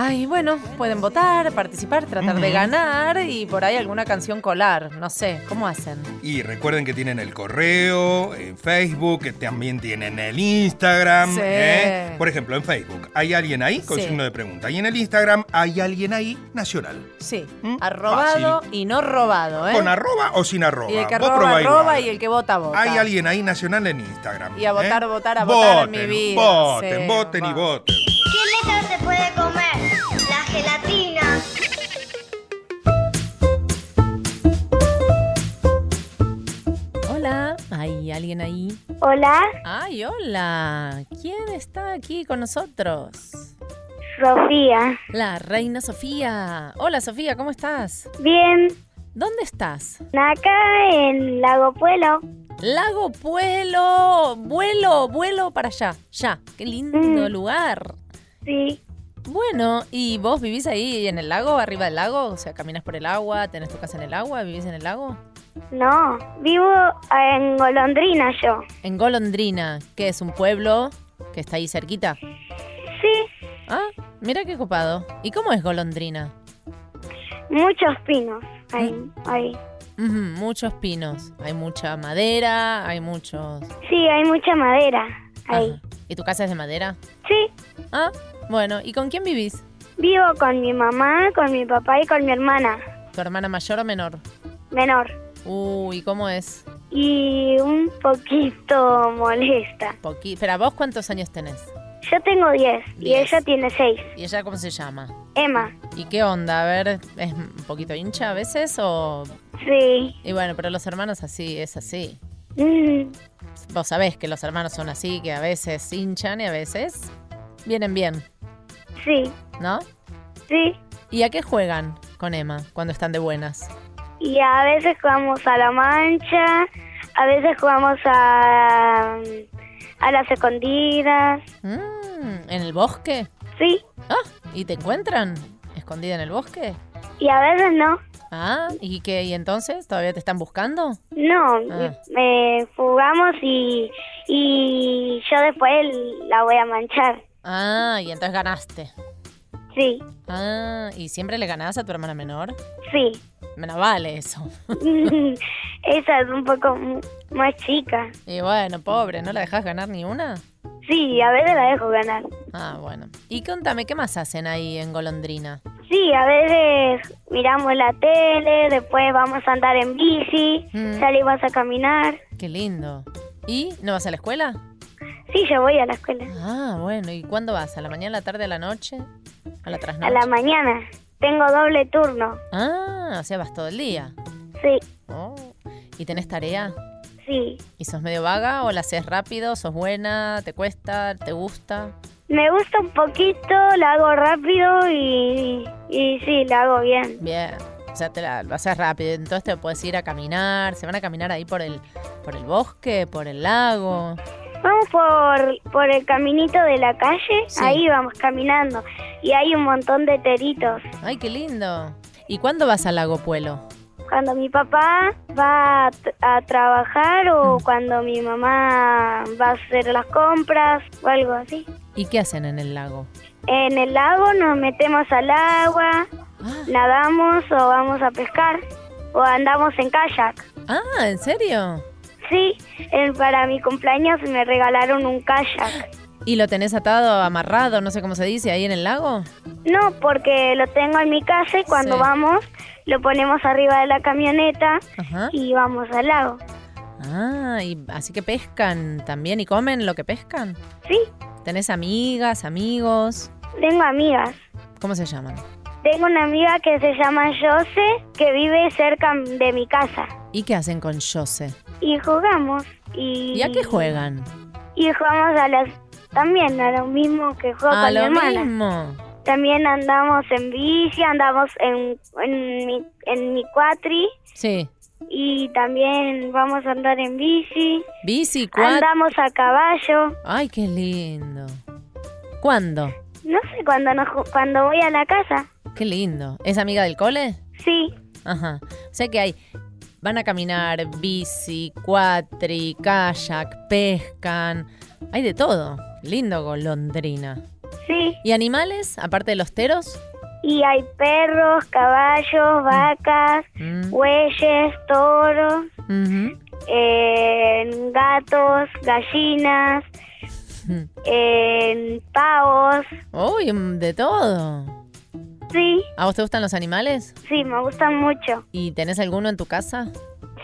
[SPEAKER 2] Ay, bueno, pueden votar, participar, tratar de ganar y por ahí alguna canción colar. No sé, ¿cómo hacen?
[SPEAKER 3] Y recuerden que tienen el correo, en Facebook, que también tienen el Instagram.
[SPEAKER 2] Sí.
[SPEAKER 3] ¿eh? Por ejemplo, en Facebook, ¿hay alguien ahí? Con
[SPEAKER 2] Sí.
[SPEAKER 3] signo de pregunta. Y en el Instagram, ¿hay alguien ahí? Nacional.
[SPEAKER 2] Sí,
[SPEAKER 3] Mm,
[SPEAKER 2] arrobado
[SPEAKER 3] fácil.
[SPEAKER 2] y no robado, ¿eh?
[SPEAKER 3] ¿Con arroba o sin arroba?
[SPEAKER 2] y el que
[SPEAKER 3] Vos
[SPEAKER 2] arroba,
[SPEAKER 3] probá igual.
[SPEAKER 2] arroba y el que vota, vota.
[SPEAKER 3] Hay alguien ahí nacional en Instagram.
[SPEAKER 2] Y a votar,
[SPEAKER 3] ¿eh?
[SPEAKER 2] votar, a votar en mi vida.
[SPEAKER 3] Voten,
[SPEAKER 2] Sí,
[SPEAKER 3] voten y
[SPEAKER 2] va.
[SPEAKER 3] voten.
[SPEAKER 8] ¿Qué letra se puede comer? La gelatina.
[SPEAKER 2] Hola, ¿hay alguien ahí?
[SPEAKER 8] Hola,
[SPEAKER 2] Ay, hola. ¿Quién está aquí con nosotros?
[SPEAKER 8] Sofía.
[SPEAKER 2] La reina Sofía. Hola, Sofía, ¿cómo estás?
[SPEAKER 8] Bien,
[SPEAKER 2] ¿Dónde estás?
[SPEAKER 8] acá en Lago Puelo.
[SPEAKER 2] Lago Pueblo, vuelo, vuelo para allá, ya. Qué lindo lugar.
[SPEAKER 8] Mm. Sí,
[SPEAKER 2] Bueno, ¿y vos vivís ahí en el lago, arriba del lago? O sea, caminas por el agua, tenés tu casa en el agua, vivís en el lago.
[SPEAKER 8] no, vivo en Golondrina yo.
[SPEAKER 2] En Golondrina, que es un pueblo que está ahí cerquita.
[SPEAKER 8] Sí,
[SPEAKER 2] Ah, mira qué copado. ¿Y cómo es Golondrina?
[SPEAKER 8] muchos pinos. Ahí, ahí.
[SPEAKER 2] Ujú, muchos pinos, hay mucha madera, hay muchos.
[SPEAKER 8] Sí, hay mucha madera. Ahí.
[SPEAKER 2] Ajá. ¿Y tu casa es de madera?
[SPEAKER 8] Sí,
[SPEAKER 2] Ah, bueno, ¿y con quién vivís?
[SPEAKER 8] vivo con mi mamá, con mi papá y con mi hermana
[SPEAKER 2] ¿Tu hermana mayor o menor?
[SPEAKER 8] menor.
[SPEAKER 2] Uy, ¿cómo es?
[SPEAKER 8] Y un poquito molesta.
[SPEAKER 2] Poqui... Pero vos cuántos años tenés?
[SPEAKER 8] Yo tengo 10 y
[SPEAKER 2] Diez.
[SPEAKER 8] ella tiene 6.
[SPEAKER 2] ¿Y ella cómo se llama?
[SPEAKER 8] Emma,
[SPEAKER 2] ¿Y qué onda? A ver, ¿es un poquito hincha a veces o...?
[SPEAKER 8] sí.
[SPEAKER 2] Y bueno, pero los hermanos así, es así.
[SPEAKER 6] 嗯
[SPEAKER 8] Mm,
[SPEAKER 2] Vos sabés que los hermanos son así, que a veces hinchan y a veces vienen bien,
[SPEAKER 8] sí,
[SPEAKER 2] ¿no?
[SPEAKER 8] sí.
[SPEAKER 2] ¿Y a qué juegan con Emma cuando están de buenas?
[SPEAKER 8] Y a veces jugamos a la mancha, a veces jugamos a, mm, a las escondidas.
[SPEAKER 2] Mm, ¿En el bosque?
[SPEAKER 8] Sí,
[SPEAKER 2] Ah, ¿y te encuentran escondida en el bosque?
[SPEAKER 8] y a veces no.
[SPEAKER 2] Ah, ¿y qué? ¿Y entonces? ¿Todavía te están buscando?
[SPEAKER 8] No,
[SPEAKER 2] Ah.
[SPEAKER 8] eh, jugamos y, y yo después la voy a manchar.
[SPEAKER 2] Ah, y entonces ganaste.
[SPEAKER 8] Sí,
[SPEAKER 2] Ah, ¿y siempre le ganás a tu hermana menor?
[SPEAKER 8] sí.
[SPEAKER 2] Bueno, vale eso.
[SPEAKER 8] Esa es un poco m- más chica.
[SPEAKER 2] Y bueno, pobre, ¿no la dejás ganar ni una?
[SPEAKER 8] Sí, a veces la dejo ganar.
[SPEAKER 2] Ah, bueno. Y contame, ¿qué más hacen ahí en Golondrina?
[SPEAKER 8] Sí, a veces miramos la tele, después vamos a andar en bici, salimos a caminar.
[SPEAKER 2] Mm. Qué lindo. ¿Y no vas a la escuela?
[SPEAKER 8] Sí, yo voy a la escuela.
[SPEAKER 2] Ah, bueno. ¿Y cuándo vas? ¿A la mañana, a la tarde, a la noche? ¿A la trasnoche?
[SPEAKER 8] A la mañana. Tengo doble turno.
[SPEAKER 2] Ah, o sea, vas todo el día.
[SPEAKER 8] Sí,
[SPEAKER 2] Oh. ¿Y tenés tarea?
[SPEAKER 8] sí.
[SPEAKER 2] ¿Y sos medio vaga o la haces rápido? ¿Sos buena? ¿Te cuesta? ¿Te gusta?
[SPEAKER 8] Me gusta un poquito, la hago rápido y, y sí, la hago bien.
[SPEAKER 2] Bien. O sea, te la, lo haces rápido. Entonces te puedes ir a caminar. ¿Se van a caminar ahí por el, por el bosque? ¿Por el lago?
[SPEAKER 8] Vamos por, por el caminito de la calle,
[SPEAKER 2] Sí.
[SPEAKER 8] ahí vamos caminando y hay un montón de teritos.
[SPEAKER 2] ¡Ay, qué lindo! ¿Y cuándo vas al lago Puelo?
[SPEAKER 8] Cuando mi papá va a, t- a trabajar
[SPEAKER 2] Mm.
[SPEAKER 8] o cuando mi mamá va a hacer las compras o algo así.
[SPEAKER 2] ¿Y qué hacen en el lago?
[SPEAKER 8] En el lago nos metemos al agua,
[SPEAKER 2] Ah.
[SPEAKER 8] nadamos o vamos a pescar o andamos en kayak.
[SPEAKER 2] Ah, ¿en serio?
[SPEAKER 8] Sí, eh, para mi cumpleaños me regalaron un kayak.
[SPEAKER 2] ¿Y lo tenés atado, amarrado, no sé cómo se dice, ahí en el lago?
[SPEAKER 8] No, porque lo tengo en mi casa y cuando
[SPEAKER 2] Sí.
[SPEAKER 8] vamos lo ponemos arriba de la camioneta
[SPEAKER 2] Ajá.
[SPEAKER 8] y vamos al lago.
[SPEAKER 2] Ah, y así que pescan también y comen lo que pescan.
[SPEAKER 8] Sí,
[SPEAKER 2] ¿Tenés amigas, amigos?
[SPEAKER 8] tengo amigas.
[SPEAKER 2] ¿Cómo se llaman?
[SPEAKER 8] Tengo una amiga que se llama Jose, que vive cerca de mi casa.
[SPEAKER 2] ¿Y qué hacen con Jose?
[SPEAKER 8] Y jugamos. Y,
[SPEAKER 2] ¿Y a qué juegan?
[SPEAKER 8] Y jugamos a las... También a lo mismo que juego
[SPEAKER 2] a
[SPEAKER 8] con mi
[SPEAKER 2] Ah, lo
[SPEAKER 8] hermana.
[SPEAKER 2] mismo.
[SPEAKER 8] También andamos en bici, andamos en, en, mi, en mi cuatri.
[SPEAKER 2] Sí.
[SPEAKER 8] Y también vamos a andar en bici.
[SPEAKER 2] Bici, cuad...
[SPEAKER 8] Andamos a caballo.
[SPEAKER 2] Ay, qué lindo. ¿Cuándo?
[SPEAKER 8] No sé, cuando, nos ju- cuando voy a la casa.
[SPEAKER 2] Qué lindo. ¿Es amiga del cole?
[SPEAKER 8] Sí,
[SPEAKER 2] Ajá. O sea que hay. Van a caminar, bici, cuatri, kayak, pescan. Hay de todo. Lindo golondrina.
[SPEAKER 8] sí.
[SPEAKER 2] ¿Y animales? Aparte de los teros.
[SPEAKER 8] Y hay perros, caballos, vacas,
[SPEAKER 2] Mm.
[SPEAKER 8] bueyes, toros.
[SPEAKER 2] Ujú.
[SPEAKER 8] en gatos, gallinas,
[SPEAKER 2] Mm.
[SPEAKER 8] en pavos.
[SPEAKER 2] Uy, mm, de todo.
[SPEAKER 8] Sí,
[SPEAKER 2] ¿A vos te gustan los animales?
[SPEAKER 8] sí, me gustan mucho.
[SPEAKER 2] ¿Y tenés alguno en tu casa?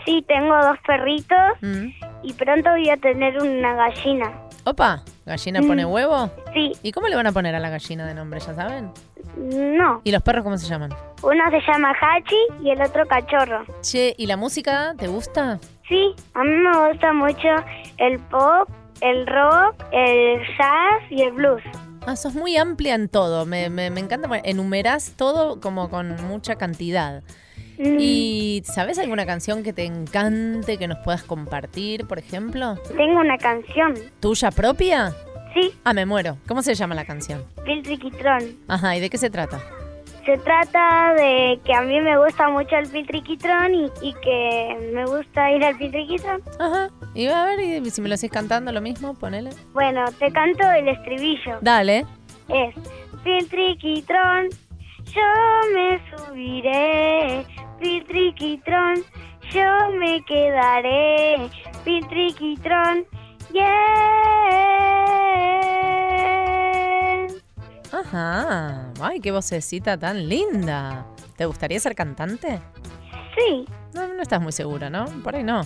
[SPEAKER 8] Sí, tengo dos perritos
[SPEAKER 2] Mm.
[SPEAKER 8] y pronto voy a tener una gallina.
[SPEAKER 2] Opa, gallina pone
[SPEAKER 8] Mm.
[SPEAKER 2] huevo.
[SPEAKER 8] Sí,
[SPEAKER 2] ¿Y cómo le van a poner a la gallina de nombre, ya saben?
[SPEAKER 8] no.
[SPEAKER 2] ¿Y los perros cómo se llaman?
[SPEAKER 8] Uno se llama Hachi y el otro Cachorro.
[SPEAKER 2] Che, ¿y la música te gusta?
[SPEAKER 8] Sí, a mí me gusta mucho el pop, el rock, el jazz y el blues.
[SPEAKER 2] Ah, sos muy amplia en todo. Me, me, me encanta. Bueno, enumerás todo como con mucha cantidad.
[SPEAKER 8] Mm,
[SPEAKER 2] ¿Y sabes alguna canción que te encante, que nos puedas compartir, por ejemplo?
[SPEAKER 8] Tengo una canción.
[SPEAKER 2] ¿Tuya propia?
[SPEAKER 8] Sí,
[SPEAKER 2] Ah, me muero. ¿Cómo se llama la canción?
[SPEAKER 8] Bill Triquitrón.
[SPEAKER 2] Ajá, ¿y de qué se trata?
[SPEAKER 8] Se trata de que a mí me gusta mucho el piltriquitrón y, y que me gusta ir al piltriquitrón.
[SPEAKER 2] Ajá. Y a ver, y si me lo haces cantando lo mismo, ponele.
[SPEAKER 8] Bueno, te canto el estribillo.
[SPEAKER 2] Dale.
[SPEAKER 8] Es piltriquitrón, yo me subiré. Piltriquitrón, yo me quedaré. Piltriquitrón, yeah.
[SPEAKER 2] Ajá. Ay, qué vocecita tan linda. ¿Te gustaría ser cantante?
[SPEAKER 8] Sí,
[SPEAKER 2] No, no estás muy segura, ¿no? Por ahí no.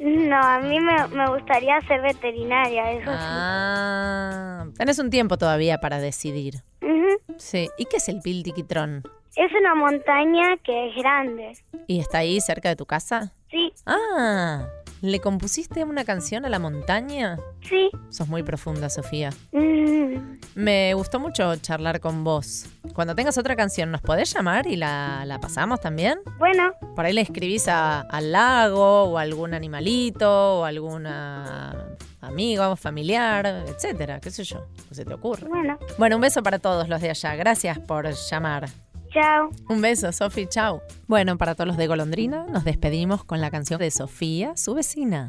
[SPEAKER 8] no, a mí me, me gustaría ser veterinaria, eso sí.
[SPEAKER 2] Ah, tenés un tiempo todavía para decidir.
[SPEAKER 8] Ujú.
[SPEAKER 2] Sí. ¿Y qué es el Piltiquitrón?
[SPEAKER 8] Es una montaña que es grande.
[SPEAKER 2] ¿Y está ahí cerca de tu casa?
[SPEAKER 8] Sí,
[SPEAKER 2] Ah, ¿le compusiste una canción a la montaña?
[SPEAKER 8] sí.
[SPEAKER 2] Sos muy profunda, Sofía.
[SPEAKER 8] Mm,
[SPEAKER 2] Me gustó mucho charlar con vos. Cuando tengas otra canción, ¿nos podés llamar y la, la pasamos también?
[SPEAKER 8] Bueno,
[SPEAKER 2] Por ahí le escribís a- al lago o a algún animalito o alguna amigo, familiar, etcétera, qué sé yo, ¿Qué se te ocurre.
[SPEAKER 8] bueno.
[SPEAKER 2] Bueno, un beso para todos los de allá. Gracias por llamar.
[SPEAKER 8] Chao.
[SPEAKER 2] Un beso, Sofi, chau. Bueno, para todos los de Golondrina, nos despedimos con la canción de Sofía, su vecina.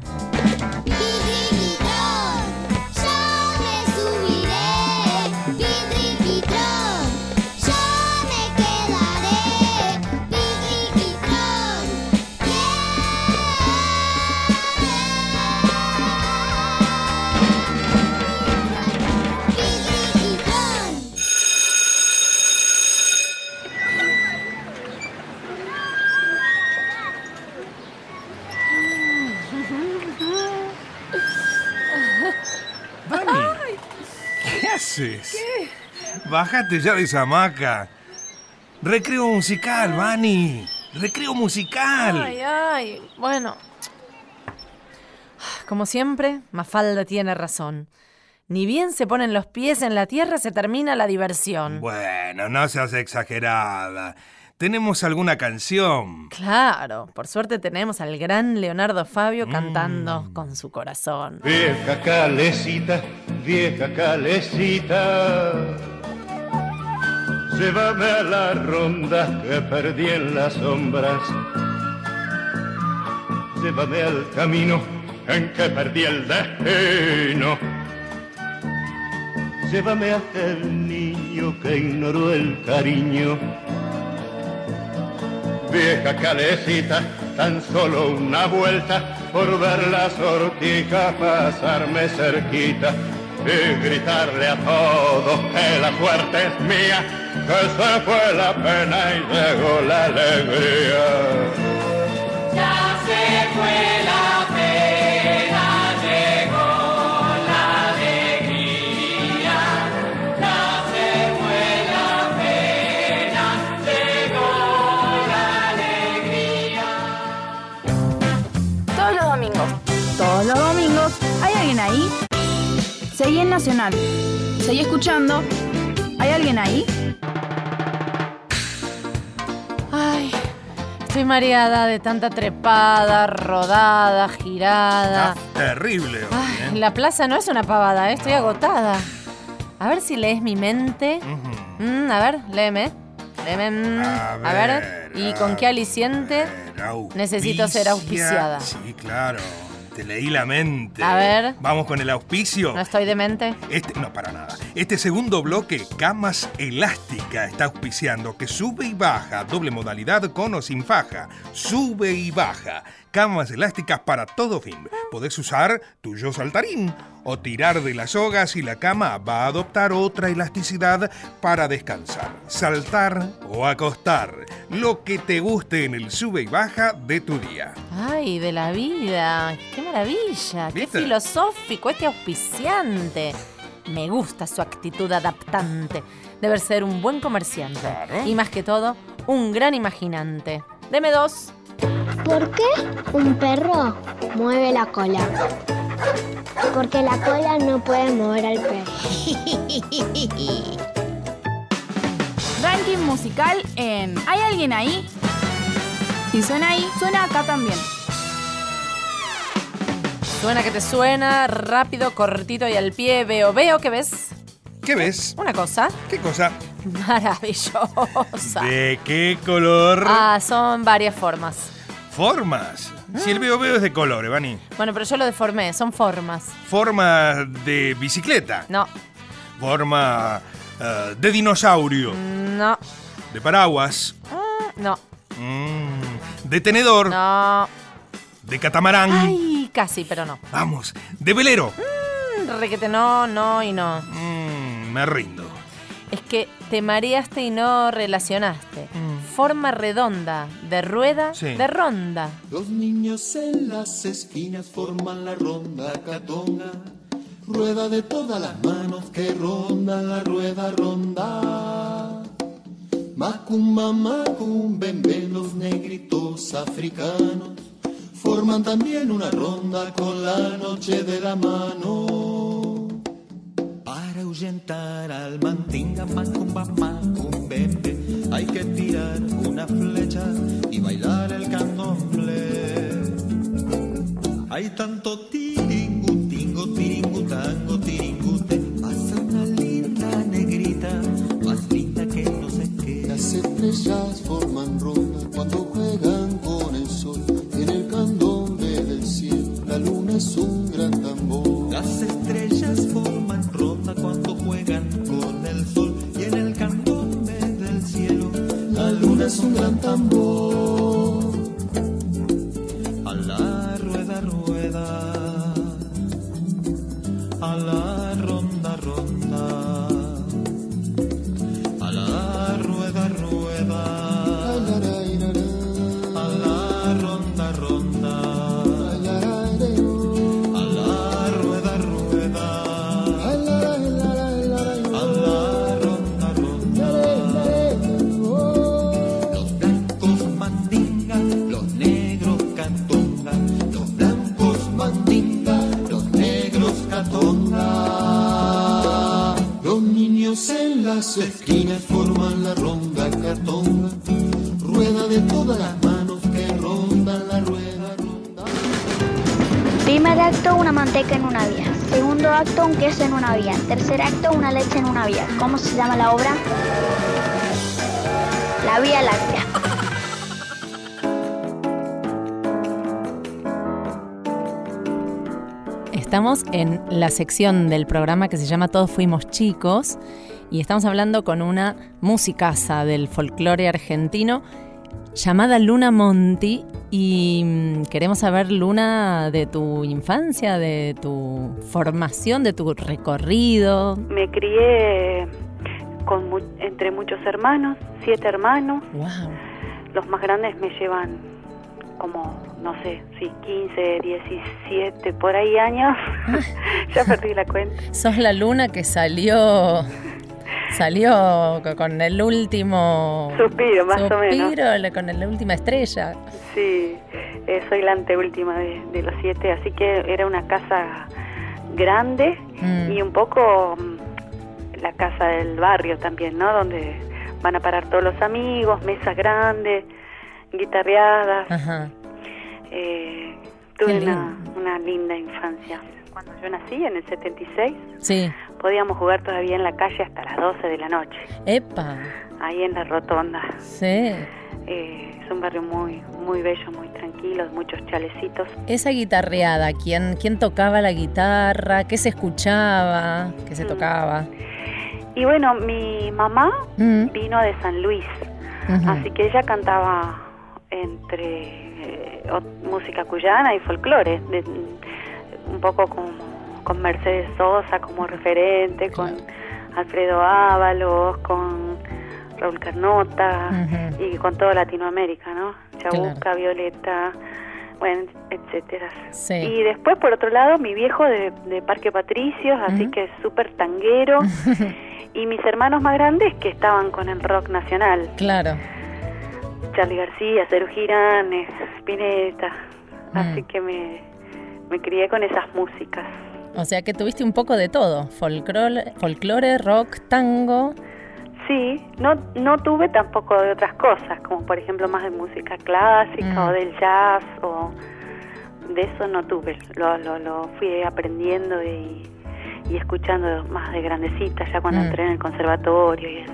[SPEAKER 11] Pitrón, yo me subiré. Pitrón, yo
[SPEAKER 3] haces? Bájate ya de esa hamaca. Recreo musical, Vani. Recreo musical.
[SPEAKER 2] Ay, ay, bueno. Ah, Como siempre, Mafalda tiene razón. Ni bien se ponen los pies en la tierra, se termina la diversión.
[SPEAKER 3] Bueno, no seas exagerada. Tenemos alguna canción.
[SPEAKER 2] Claro, por suerte tenemos al gran Leonardo Fabio cantando con su corazón.
[SPEAKER 11] Vieja calecita, vieja calecita, llévame a la ronda que perdí en las sombras. Llévame al camino en que perdí el destino. Llévame hasta el niño que ignoró el cariño. Vieja calecita, tan solo una vuelta por ver la sortija pasarme cerquita y gritarle a todos que la suerte es mía, que se fue la pena y llegó la alegría.
[SPEAKER 10] Ya se fue la pena, llegó la alegría. Ya se fue la pena, llegó la alegría.
[SPEAKER 4] Todos los domingos. Todos los domingos. ¿Hay alguien ahí? Seguí en Nacional. Seguí escuchando. ¿Hay alguien ahí?
[SPEAKER 2] Ay, estoy mareada de tanta trepada, rodada, girada.
[SPEAKER 3] Terrible. hoy, ¿eh?
[SPEAKER 2] La plaza no es una pavada, ¿eh? estoy agotada. A ver si lees mi mente. Mm, a ver, léeme. Léeme. mm, a, ver, ¿Y con qué aliciente? Necesito ser auspiciada.
[SPEAKER 3] Sí, claro. Te leí la mente.
[SPEAKER 2] A ver.
[SPEAKER 3] Vamos con el auspicio.
[SPEAKER 2] ¿No estoy demente?
[SPEAKER 3] Este, no, para nada. Este segundo bloque, Camas Elástica, está auspiciando que sube y baja, doble modalidad con o sin faja. Sube y baja. Camas elásticas para todo fin. Podés usar tu yo saltarín o tirar de las soga si la cama va a adoptar otra elasticidad para descansar, saltar o acostar. Lo que te guste en el sube y baja de tu día.
[SPEAKER 2] Ay, de la vida. Qué maravilla.
[SPEAKER 3] ¿Viste?
[SPEAKER 2] Qué filosófico, este auspiciante. Me gusta su actitud adaptante. Debe ser un buen comerciante. Y más que todo, un gran imaginante. Deme dos.
[SPEAKER 1] ¿Por qué un perro mueve la cola? Porque la cola no puede mover al perro.
[SPEAKER 4] Ranking musical en ¿Hay alguien ahí? Si suena ahí, suena acá también.
[SPEAKER 2] Suena que te suena, rápido, cortito y al pie. Veo, veo, ¿qué ves?
[SPEAKER 3] ¿Qué ves?
[SPEAKER 2] Una cosa
[SPEAKER 3] ¿Qué cosa?
[SPEAKER 2] maravillosa.
[SPEAKER 3] ¿De qué color?
[SPEAKER 2] Ah, son varias formas.
[SPEAKER 3] Formas. Si el veo veo es de colores, Vani.
[SPEAKER 2] Bueno, pero yo lo deformé, son formas.
[SPEAKER 3] Forma de bicicleta.
[SPEAKER 2] No,
[SPEAKER 3] Forma eh, de dinosaurio.
[SPEAKER 2] no,
[SPEAKER 3] De paraguas.
[SPEAKER 2] no,
[SPEAKER 3] Mm, de tenedor.
[SPEAKER 2] no.
[SPEAKER 3] De catamarán.
[SPEAKER 2] Ay, casi, pero no.
[SPEAKER 3] Vamos. De velero.
[SPEAKER 2] Mm, Requete no, no y no.
[SPEAKER 3] Mm, me rindo.
[SPEAKER 2] Es que te mareaste y no relacionaste.
[SPEAKER 3] Mm,
[SPEAKER 2] Forma redonda, de rueda,
[SPEAKER 12] Sí.
[SPEAKER 2] de ronda.
[SPEAKER 12] Los niños en las esquinas forman la ronda catonga, rueda de todas las manos que rondan la rueda ronda. Macumba, macumbe, los negritos africanos forman también una ronda con la noche de la mano. Para ahuyentar al mantinga, macumba, macumbembe, hay que tirar una flecha y bailar el candomblé. Hay tanto tiringutingo, tiringutango, tiringute, pasa una linda negrita, más linda que no sé qué.
[SPEAKER 13] Las estrellas forman ronda cuando juegan con el sol. En el candombe del cielo, la luna es un gran tambor.
[SPEAKER 12] Las estrellas forman ronda cuando juegan con el sol y en el candombe del cielo la luna es un gran tambor. A la rueda rueda, a la ronda ronda, a la rueda rueda, a la ronda ronda. A la rueda, rueda. A
[SPEAKER 13] sus esquinas forman la ronda cartonga, rueda de todas las manos que rondan la rueda.
[SPEAKER 5] Primer acto, una manteca en una vía. Segundo acto, un queso en una vía. Tercer acto, una leche en una vía. ¿Cómo se llama la obra? La Vía Láctea.
[SPEAKER 2] Estamos en la sección del programa que se llama Todos Fuimos Chicos y estamos hablando con una musicaza del folclore argentino llamada Luna Monti y mm, queremos saber, Luna, de tu infancia, de tu formación, de tu recorrido.
[SPEAKER 14] Me crié con mu- entre muchos hermanos, siete hermanos. Los más grandes me llevan como, no sé, sí, 15, 17, por ahí años. ya perdí la cuenta.
[SPEAKER 2] Sos la luna que salió. Salió co- con el último.
[SPEAKER 14] Suspiro, más o menos.
[SPEAKER 2] suspiro, la- con la última estrella.
[SPEAKER 14] Sí, eh, soy la anteúltima de, de los siete, así que era una casa grande y un poco mm, la casa del barrio también, ¿no? Donde van a parar todos los amigos, mesas grandes, guitarreadas.
[SPEAKER 2] Ajá.
[SPEAKER 14] Eh,
[SPEAKER 2] Ah. Qué
[SPEAKER 14] tuve
[SPEAKER 2] lindo.
[SPEAKER 14] una, una linda infancia. Cuando yo nací, en el 76,
[SPEAKER 2] Sí.
[SPEAKER 14] podíamos jugar todavía en la calle hasta las 12 de la noche,
[SPEAKER 2] Epa.
[SPEAKER 14] ahí en la rotonda.
[SPEAKER 2] Sí.
[SPEAKER 14] Eh, es un barrio muy, muy bello, muy tranquilo, muchos chalecitos.
[SPEAKER 2] Esa guitarreada, ¿quién, quién tocaba la guitarra? ¿Qué se escuchaba? ¿Qué
[SPEAKER 14] Mm.
[SPEAKER 2] se tocaba?
[SPEAKER 14] Y bueno, mi mamá
[SPEAKER 2] Mm.
[SPEAKER 14] vino de San Luis,
[SPEAKER 2] Ujú.
[SPEAKER 14] así que ella cantaba entre eh, o- música cuyana y folclore, de- un poco como, con Mercedes Sosa como referente, con Alfredo Ábalos, con Raúl Carnota y con toda Latinoamérica, ¿no? Chabuca, Violeta, bueno, etcétera.
[SPEAKER 2] Sí.
[SPEAKER 14] Y después, por otro lado, mi viejo de, de Parque Patricios, así que es súper tanguero. y mis hermanos más grandes que estaban con el rock nacional.
[SPEAKER 2] Claro.
[SPEAKER 14] Charlie García, Cero Giranes, Spinetta.
[SPEAKER 2] Mm.
[SPEAKER 14] Así que me, me crié con esas músicas.
[SPEAKER 2] O sea que tuviste un poco de todo, folclore, folclore rock, tango.
[SPEAKER 14] Sí, no, no tuve tampoco de otras cosas, como por ejemplo más de música clásica
[SPEAKER 2] Mm.
[SPEAKER 14] o del jazz o de eso no tuve. Lo, lo, lo fui aprendiendo y, y escuchando más de grandecita, ya cuando
[SPEAKER 2] Mm.
[SPEAKER 14] entré en el conservatorio y eso.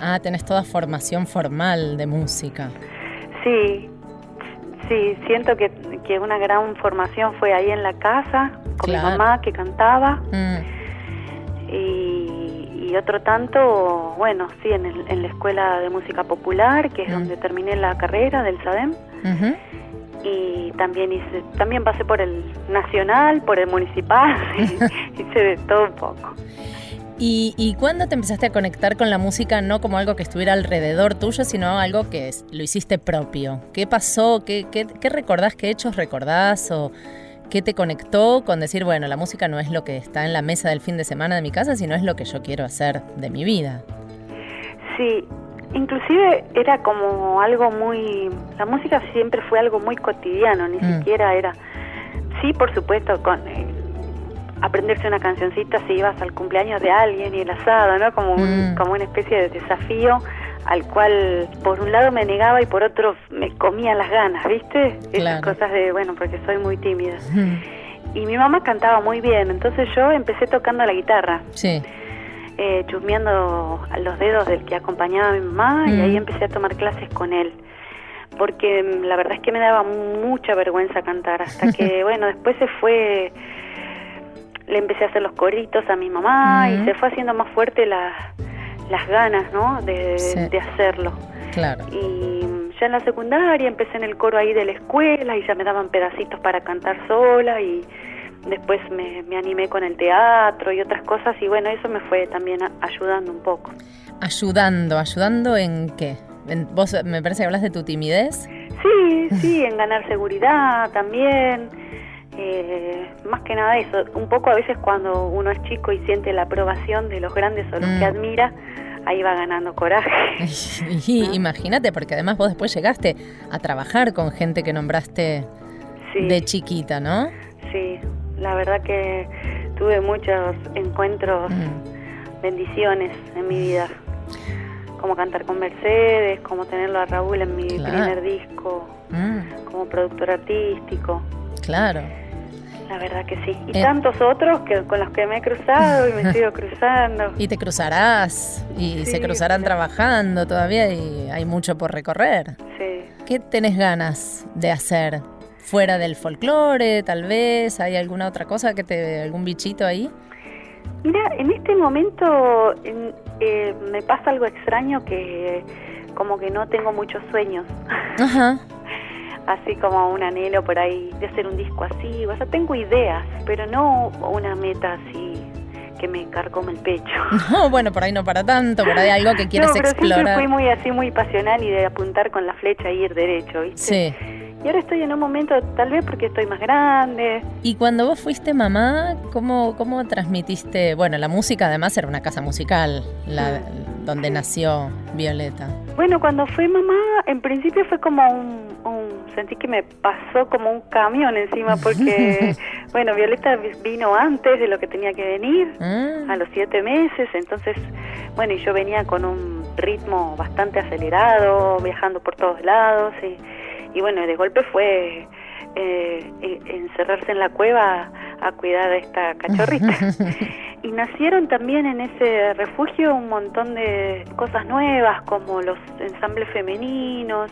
[SPEAKER 2] Ah, tenés toda formación formal de música.
[SPEAKER 14] Sí, sí, siento que, que una gran formación fue ahí en la casa, con
[SPEAKER 2] Claro.
[SPEAKER 14] mi mamá que cantaba,
[SPEAKER 2] Mm,
[SPEAKER 14] y, y otro tanto, bueno, sí, en, el- en la Escuela de Música Popular, que es donde terminé la carrera del SADEM,
[SPEAKER 2] ujú.
[SPEAKER 14] y también hice, también pasé por el nacional, por el municipal, y- hice de todo un poco.
[SPEAKER 2] ¿Y, ¿Y cuándo te empezaste a conectar con la música no como algo que estuviera alrededor tuyo, sino algo que es- lo hiciste propio? ¿Qué pasó? ¿Qué, qué, qué recordás? ¿Qué hechos recordás? ¿O qué te conectó con decir, bueno, la música no es lo que está en la mesa del fin de semana de mi casa, sino es lo que yo quiero hacer de mi vida?
[SPEAKER 14] Sí, inclusive era como algo muy... La música siempre fue algo muy cotidiano, ni
[SPEAKER 2] Mm.
[SPEAKER 14] siquiera era... Sí, por supuesto, con eh, aprenderse una cancioncita si ibas al cumpleaños de alguien y el asado, ¿no? Como,
[SPEAKER 2] Mm.
[SPEAKER 14] un- como una especie de desafío al cual por un lado me negaba y por otro me comía las ganas, ¿viste? Esas
[SPEAKER 2] Claro.
[SPEAKER 14] cosas de, bueno, porque soy muy tímida. Y mi mamá cantaba muy bien, entonces yo empecé tocando la guitarra
[SPEAKER 2] Sí.
[SPEAKER 14] eh, chusmeando a los dedos del que acompañaba a mi mamá y
[SPEAKER 2] Mm.
[SPEAKER 14] ahí empecé a tomar clases con él. Porque mm, la verdad es que me daba mucha vergüenza cantar hasta que, bueno, después se fue, le empecé a hacer los coritos a mi mamá
[SPEAKER 2] Mm.
[SPEAKER 14] y se fue haciendo más fuerte la- las ganas, ¿no? De,
[SPEAKER 2] Sí.
[SPEAKER 14] de hacerlo.
[SPEAKER 2] Claro.
[SPEAKER 14] Y mm, ya en la secundaria empecé en el coro ahí de la escuela y ya me daban pedacitos para cantar sola y después me, me animé con el teatro y otras cosas y bueno, eso me fue también a- ayudando un poco.
[SPEAKER 2] Ayudando, ayudando en qué? En- vos me parece que hablas de tu timidez.
[SPEAKER 14] Sí, sí, en ganar seguridad también. eh, más que nada eso, un poco a veces cuando uno es chico y siente la aprobación de los grandes o los
[SPEAKER 2] Mm.
[SPEAKER 14] que admira, ahí va ganando coraje.
[SPEAKER 2] Y Imagínate, porque además vos después llegaste a trabajar con gente que nombraste
[SPEAKER 14] Sí.
[SPEAKER 2] de chiquita, ¿no?
[SPEAKER 14] Sí, la verdad que tuve muchos encuentros, bendiciones en mi vida. como cantar con Mercedes, como tenerlo a Raúl en mi
[SPEAKER 2] Claro.
[SPEAKER 14] primer disco,
[SPEAKER 2] Mm,
[SPEAKER 14] como productor artístico.
[SPEAKER 2] claro.
[SPEAKER 14] La verdad que sí. Y
[SPEAKER 2] Eh.
[SPEAKER 14] tantos otros que con los que me he cruzado y me sigo cruzando.
[SPEAKER 2] Y te cruzarás, y se
[SPEAKER 14] Sí,
[SPEAKER 2] cruzarán trabajando todavía, y hay mucho por recorrer.
[SPEAKER 14] Sí.
[SPEAKER 2] ¿Qué tenés ganas de hacer? Fuera del folclore, tal vez, ¿hay alguna otra cosa que te. algún bichito ahí?
[SPEAKER 14] Mira, en este momento en- eh, me pasa algo extraño que eh, como que no tengo muchos sueños.
[SPEAKER 2] Ajá.
[SPEAKER 14] Así como un anhelo por ahí de hacer un disco así. O sea, tengo ideas, pero no una meta así que me carcome el pecho.
[SPEAKER 2] No, bueno, por ahí no para tanto, por ahí algo que quieres
[SPEAKER 14] no, pero Siempre
[SPEAKER 2] explorar.
[SPEAKER 14] fui muy así, muy pasional y de apuntar con la flecha e ir derecho, ¿viste?
[SPEAKER 2] Sí.
[SPEAKER 14] Y ahora estoy en un momento, tal vez porque estoy más grande.
[SPEAKER 2] Y cuando vos fuiste mamá, ¿cómo, cómo transmitiste? Bueno, la música además era una casa musical, la,
[SPEAKER 14] Mm.
[SPEAKER 2] donde nació Violeta.
[SPEAKER 14] Bueno, cuando fui mamá, en principio fue como un, un- sentí que me pasó como un camión encima porque, bueno, Violeta vi- vino antes de lo que tenía que venir,
[SPEAKER 2] Mm.
[SPEAKER 14] a los siete meses, entonces, bueno, y yo venía con un ritmo bastante acelerado, viajando por todos lados, y, y bueno, de golpe fue eh, e- encerrarse en la cueva a cuidar a esta cachorrita. Y nacieron también en ese refugio un montón de cosas nuevas, como los ensambles femeninos.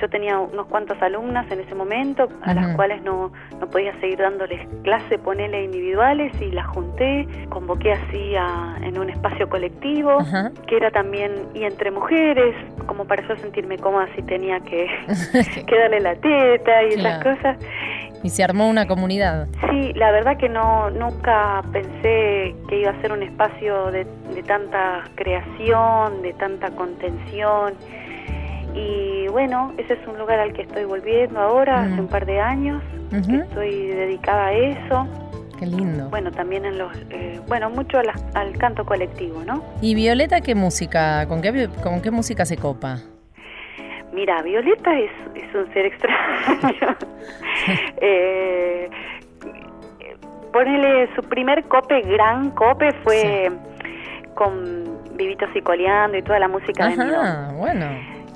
[SPEAKER 14] Yo tenía unos cuantos alumnas en ese momento, a las
[SPEAKER 15] Ujú.
[SPEAKER 14] cuales no, no podía seguir dándoles clase, ponele individuales, y las junté, convoqué así a- en un espacio colectivo, que era también, y entre mujeres, como para yo sentirme cómoda si tenía que, que darle la teta y esas
[SPEAKER 2] Claro.
[SPEAKER 14] cosas.
[SPEAKER 2] Y se armó una comunidad.
[SPEAKER 14] Sí, la verdad que no nunca pensé que iba a ser un espacio de, de tanta creación, de tanta contención. Y bueno, ese es un lugar al que estoy volviendo ahora, hace un par de años.
[SPEAKER 2] Mm. Ujú,
[SPEAKER 14] Estoy dedicada a eso.
[SPEAKER 2] Qué lindo.
[SPEAKER 14] Bueno, también en los, eh, bueno, mucho a las- al canto colectivo, ¿no?
[SPEAKER 2] ¿Y Violeta qué música? ¿Con qué, vi- con qué música se copa?
[SPEAKER 14] Mira, Violeta es, es un ser extraño. Eh, ponele su primer cope, gran cope, fue con Vivitos y Coleando y toda la música de mi
[SPEAKER 2] Ajá, bueno.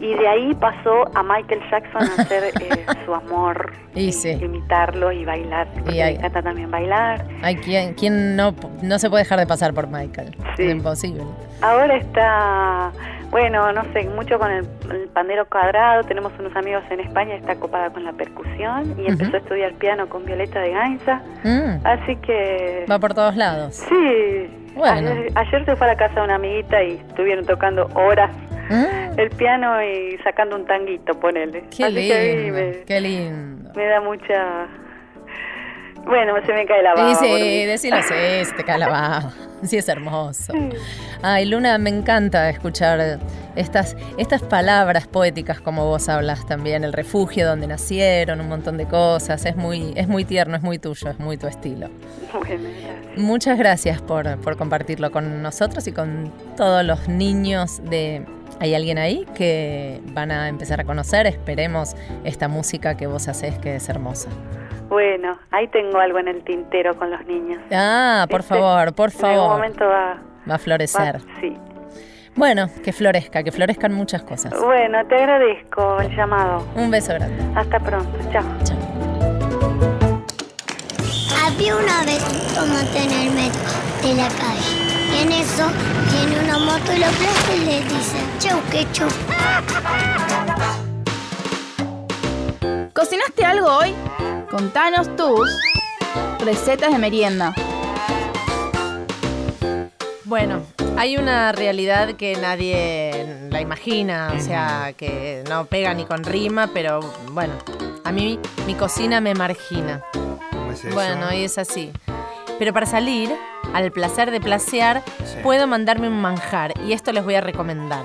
[SPEAKER 14] Y de ahí pasó a Michael Jackson a hacer eh, su amor,
[SPEAKER 2] Y sí,
[SPEAKER 14] imitarlo y bailar. Porque
[SPEAKER 2] hay-
[SPEAKER 14] me encanta también bailar.
[SPEAKER 2] hay quien, quien no, no se puede dejar de pasar por Michael. Es imposible.
[SPEAKER 14] Ahora está, bueno, no sé, mucho con el, el pandero cuadrado. Tenemos unos amigos en España, está copada con la percusión y
[SPEAKER 2] Ujú.
[SPEAKER 14] empezó a estudiar piano con Violeta de Gainza.
[SPEAKER 2] Mm,
[SPEAKER 14] Así que.
[SPEAKER 2] va por todos lados.
[SPEAKER 14] Sí.
[SPEAKER 2] Bueno.
[SPEAKER 14] Ayer, ayer se fue a la casa de una amiguita y estuvieron tocando horas el piano y sacando un tanguito, ponele.
[SPEAKER 2] Ah. Qué
[SPEAKER 14] Así que ahí
[SPEAKER 2] lindo,
[SPEAKER 14] me-
[SPEAKER 2] qué lindo.
[SPEAKER 14] me da mucha. Bueno, se me cae la baba.
[SPEAKER 2] Y sí,
[SPEAKER 14] Barbie.
[SPEAKER 2] decilo así, se te cae la baba. Sí, es hermoso. Ay, Luna, me encanta escuchar estas, estas palabras poéticas como vos hablas también, el refugio donde nacieron, un montón de cosas. Es muy, es muy tierno, es muy tuyo, es muy tu estilo.
[SPEAKER 14] Bueno, gracias.
[SPEAKER 2] Muchas gracias por, por compartirlo con nosotros y con todos los niños de... Hay alguien ahí que van a empezar a conocer, esperemos, esta música que vos haces que es hermosa.
[SPEAKER 14] Bueno, ahí tengo algo en el tintero con los niños.
[SPEAKER 2] Ah, por
[SPEAKER 14] ¿Viste?
[SPEAKER 2] favor, por
[SPEAKER 14] Este, En algún
[SPEAKER 2] favor.
[SPEAKER 14] momento va.
[SPEAKER 2] Va a florecer.
[SPEAKER 14] va- sí.
[SPEAKER 2] Bueno, que florezca, que florezcan muchas cosas.
[SPEAKER 14] Bueno, te agradezco el llamado.
[SPEAKER 2] Un beso grande.
[SPEAKER 14] Hasta pronto. Chao.
[SPEAKER 8] Había una vez un moto en el metro de la calle. Y en eso tiene una moto y lo aplasta y le dice, chau, que chau.
[SPEAKER 4] ¿Cocinaste algo hoy? Contanos tus recetas de merienda.
[SPEAKER 2] Bueno, hay una realidad que nadie la imagina, o sea, que no pega ni con rima, pero bueno, a mí mi cocina me margina.
[SPEAKER 3] ¿Cómo es eso?
[SPEAKER 2] Bueno, y es así. Pero para salir, al placer de placear,
[SPEAKER 3] Sí.
[SPEAKER 2] puedo mandarme un manjar, y esto les voy a recomendar.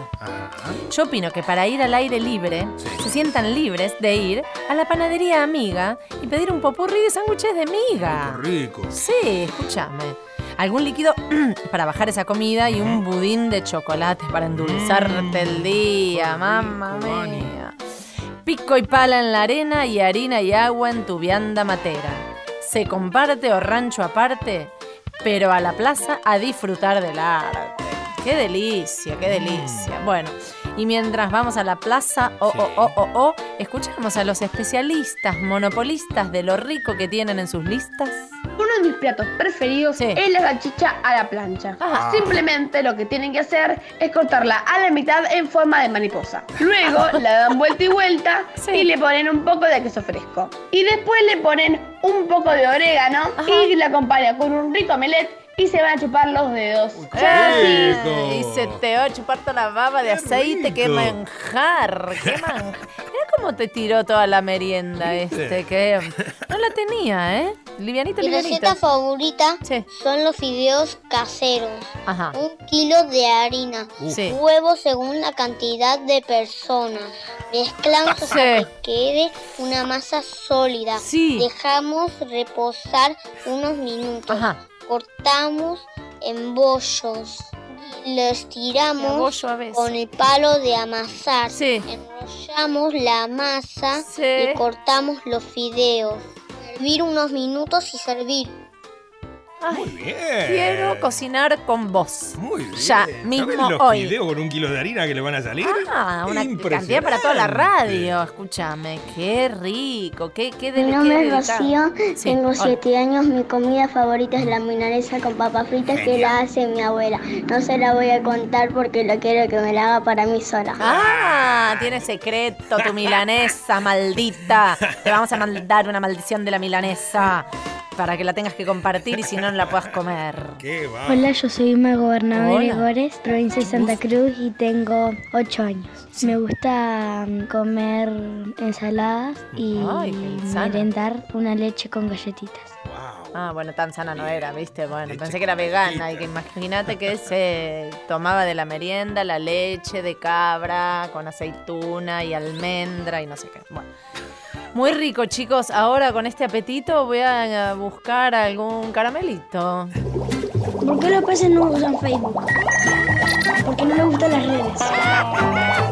[SPEAKER 2] Yo opino que para ir al aire libre, se sientan libres de ir a la panadería amiga y pedir un popurrí de sándwiches de miga.
[SPEAKER 3] Rico.
[SPEAKER 2] Sí, escúchame. Algún líquido para bajar esa comida y un budín de chocolate para endulzarte el día, mamma mía. Pico y pala en la arena y harina y agua en tu vianda matera. Se comparte o rancho aparte, pero a la plaza a disfrutar del arte. Qué delicia, qué delicia. Bueno, y mientras vamos a la plaza, oh, oh, oh, oh, oh, escuchamos a los especialistas, monopolistas de lo rico que tienen en sus listas.
[SPEAKER 4] Uno de mis platos preferidos es la salchicha a la plancha. Ah.
[SPEAKER 2] Ajá.
[SPEAKER 4] Simplemente lo que tienen que hacer es cortarla a la mitad en forma de mariposa. Luego la dan vuelta y vuelta y le ponen un poco de queso fresco. Y después le ponen un poco de orégano y la acompañan con un rico omelette y se van a chupar los dedos.
[SPEAKER 2] Ay,
[SPEAKER 3] rico.
[SPEAKER 2] Y se te va a chupar toda la baba de aceite, qué
[SPEAKER 3] rico.
[SPEAKER 2] manjar, qué manjar. Mira cómo te tiró toda la merienda
[SPEAKER 1] ¿Viste?
[SPEAKER 2] este, que no la tenía, ¿eh? Livianito,
[SPEAKER 1] Mi receta
[SPEAKER 2] livianito.
[SPEAKER 1] favorita son los fideos caseros.
[SPEAKER 2] Ajá.
[SPEAKER 1] Un kilo de harina,
[SPEAKER 2] Uh. Sí.
[SPEAKER 1] huevos según la cantidad de personas. Mezclamos hasta
[SPEAKER 2] Sí.
[SPEAKER 1] que quede una masa sólida. Dejamos reposar unos minutos. Cortamos en bollos. y Los
[SPEAKER 2] De
[SPEAKER 1] tiramos
[SPEAKER 2] bollo a veces.
[SPEAKER 1] con el palo de amasar. Enrollamos la masa y cortamos los fideos. Hervir unos minutos y servir.
[SPEAKER 2] Quiero cocinar con vos.
[SPEAKER 3] Muy bien.
[SPEAKER 2] Ya,
[SPEAKER 3] ¿Saben
[SPEAKER 2] mismo
[SPEAKER 3] los
[SPEAKER 2] hoy.
[SPEAKER 3] videos con un kilo de harina que le van a salir?
[SPEAKER 2] Ah, una cantidad para toda la radio. Escúchame, qué rico, qué, qué
[SPEAKER 8] Mi
[SPEAKER 2] deli-
[SPEAKER 8] nombre
[SPEAKER 2] qué
[SPEAKER 8] es
[SPEAKER 2] delicado.
[SPEAKER 8] Rocío,
[SPEAKER 2] Sí,
[SPEAKER 8] tengo
[SPEAKER 2] hola.
[SPEAKER 8] 7 años, mi comida favorita es la milanesa con papas fritas que la hace mi abuela. No se la voy a contar porque lo quiero que me la haga para mí sola.
[SPEAKER 2] Ah, tiene secreto tu milanesa, maldita. Te vamos a mandar una maldición de la milanesa para que la tengas que compartir y si no, no la puedas comer.
[SPEAKER 3] Qué va.
[SPEAKER 15] Ah. Hola, yo soy Irma Gobernador
[SPEAKER 2] Hola.
[SPEAKER 15] Gregores, provincia de Santa Cruz y tengo 8 años. Me gusta mm, comer ensaladas y
[SPEAKER 2] Ay, qué sano.
[SPEAKER 15] merendar una leche con galletitas.
[SPEAKER 2] Ah, bueno, tan sana no era, viste. Bueno, pensé que era vegana y que imagínate que se tomaba de la merienda la leche de cabra con aceituna y almendra y no sé qué. Bueno. Muy rico, chicos. Ahora con este apetito voy a eh, buscar algún caramelito.
[SPEAKER 16] ¿Por qué los peces no usan Facebook? Porque no les gustan las redes.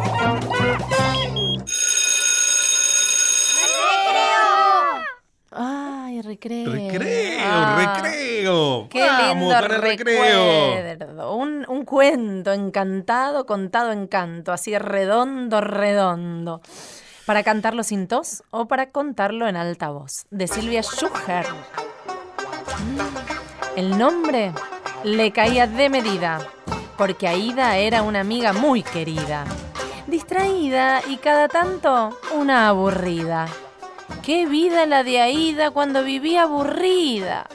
[SPEAKER 2] Ay, recreo.
[SPEAKER 3] Recreo,
[SPEAKER 2] Ah.
[SPEAKER 3] recreo.
[SPEAKER 2] Qué
[SPEAKER 3] Vamos
[SPEAKER 2] lindo
[SPEAKER 3] para el recreo.
[SPEAKER 2] recuerdo. Un, un cuento encantado, contado en canto, así redondo, redondo. Para cantarlo sin tos o para contarlo en alta voz. De Silvia Schuher. El nombre le caía de medida, porque Aida era una amiga muy querida. Distraída y cada tanto una aburrida. Qué vida la de Aida cuando vivía aburrida.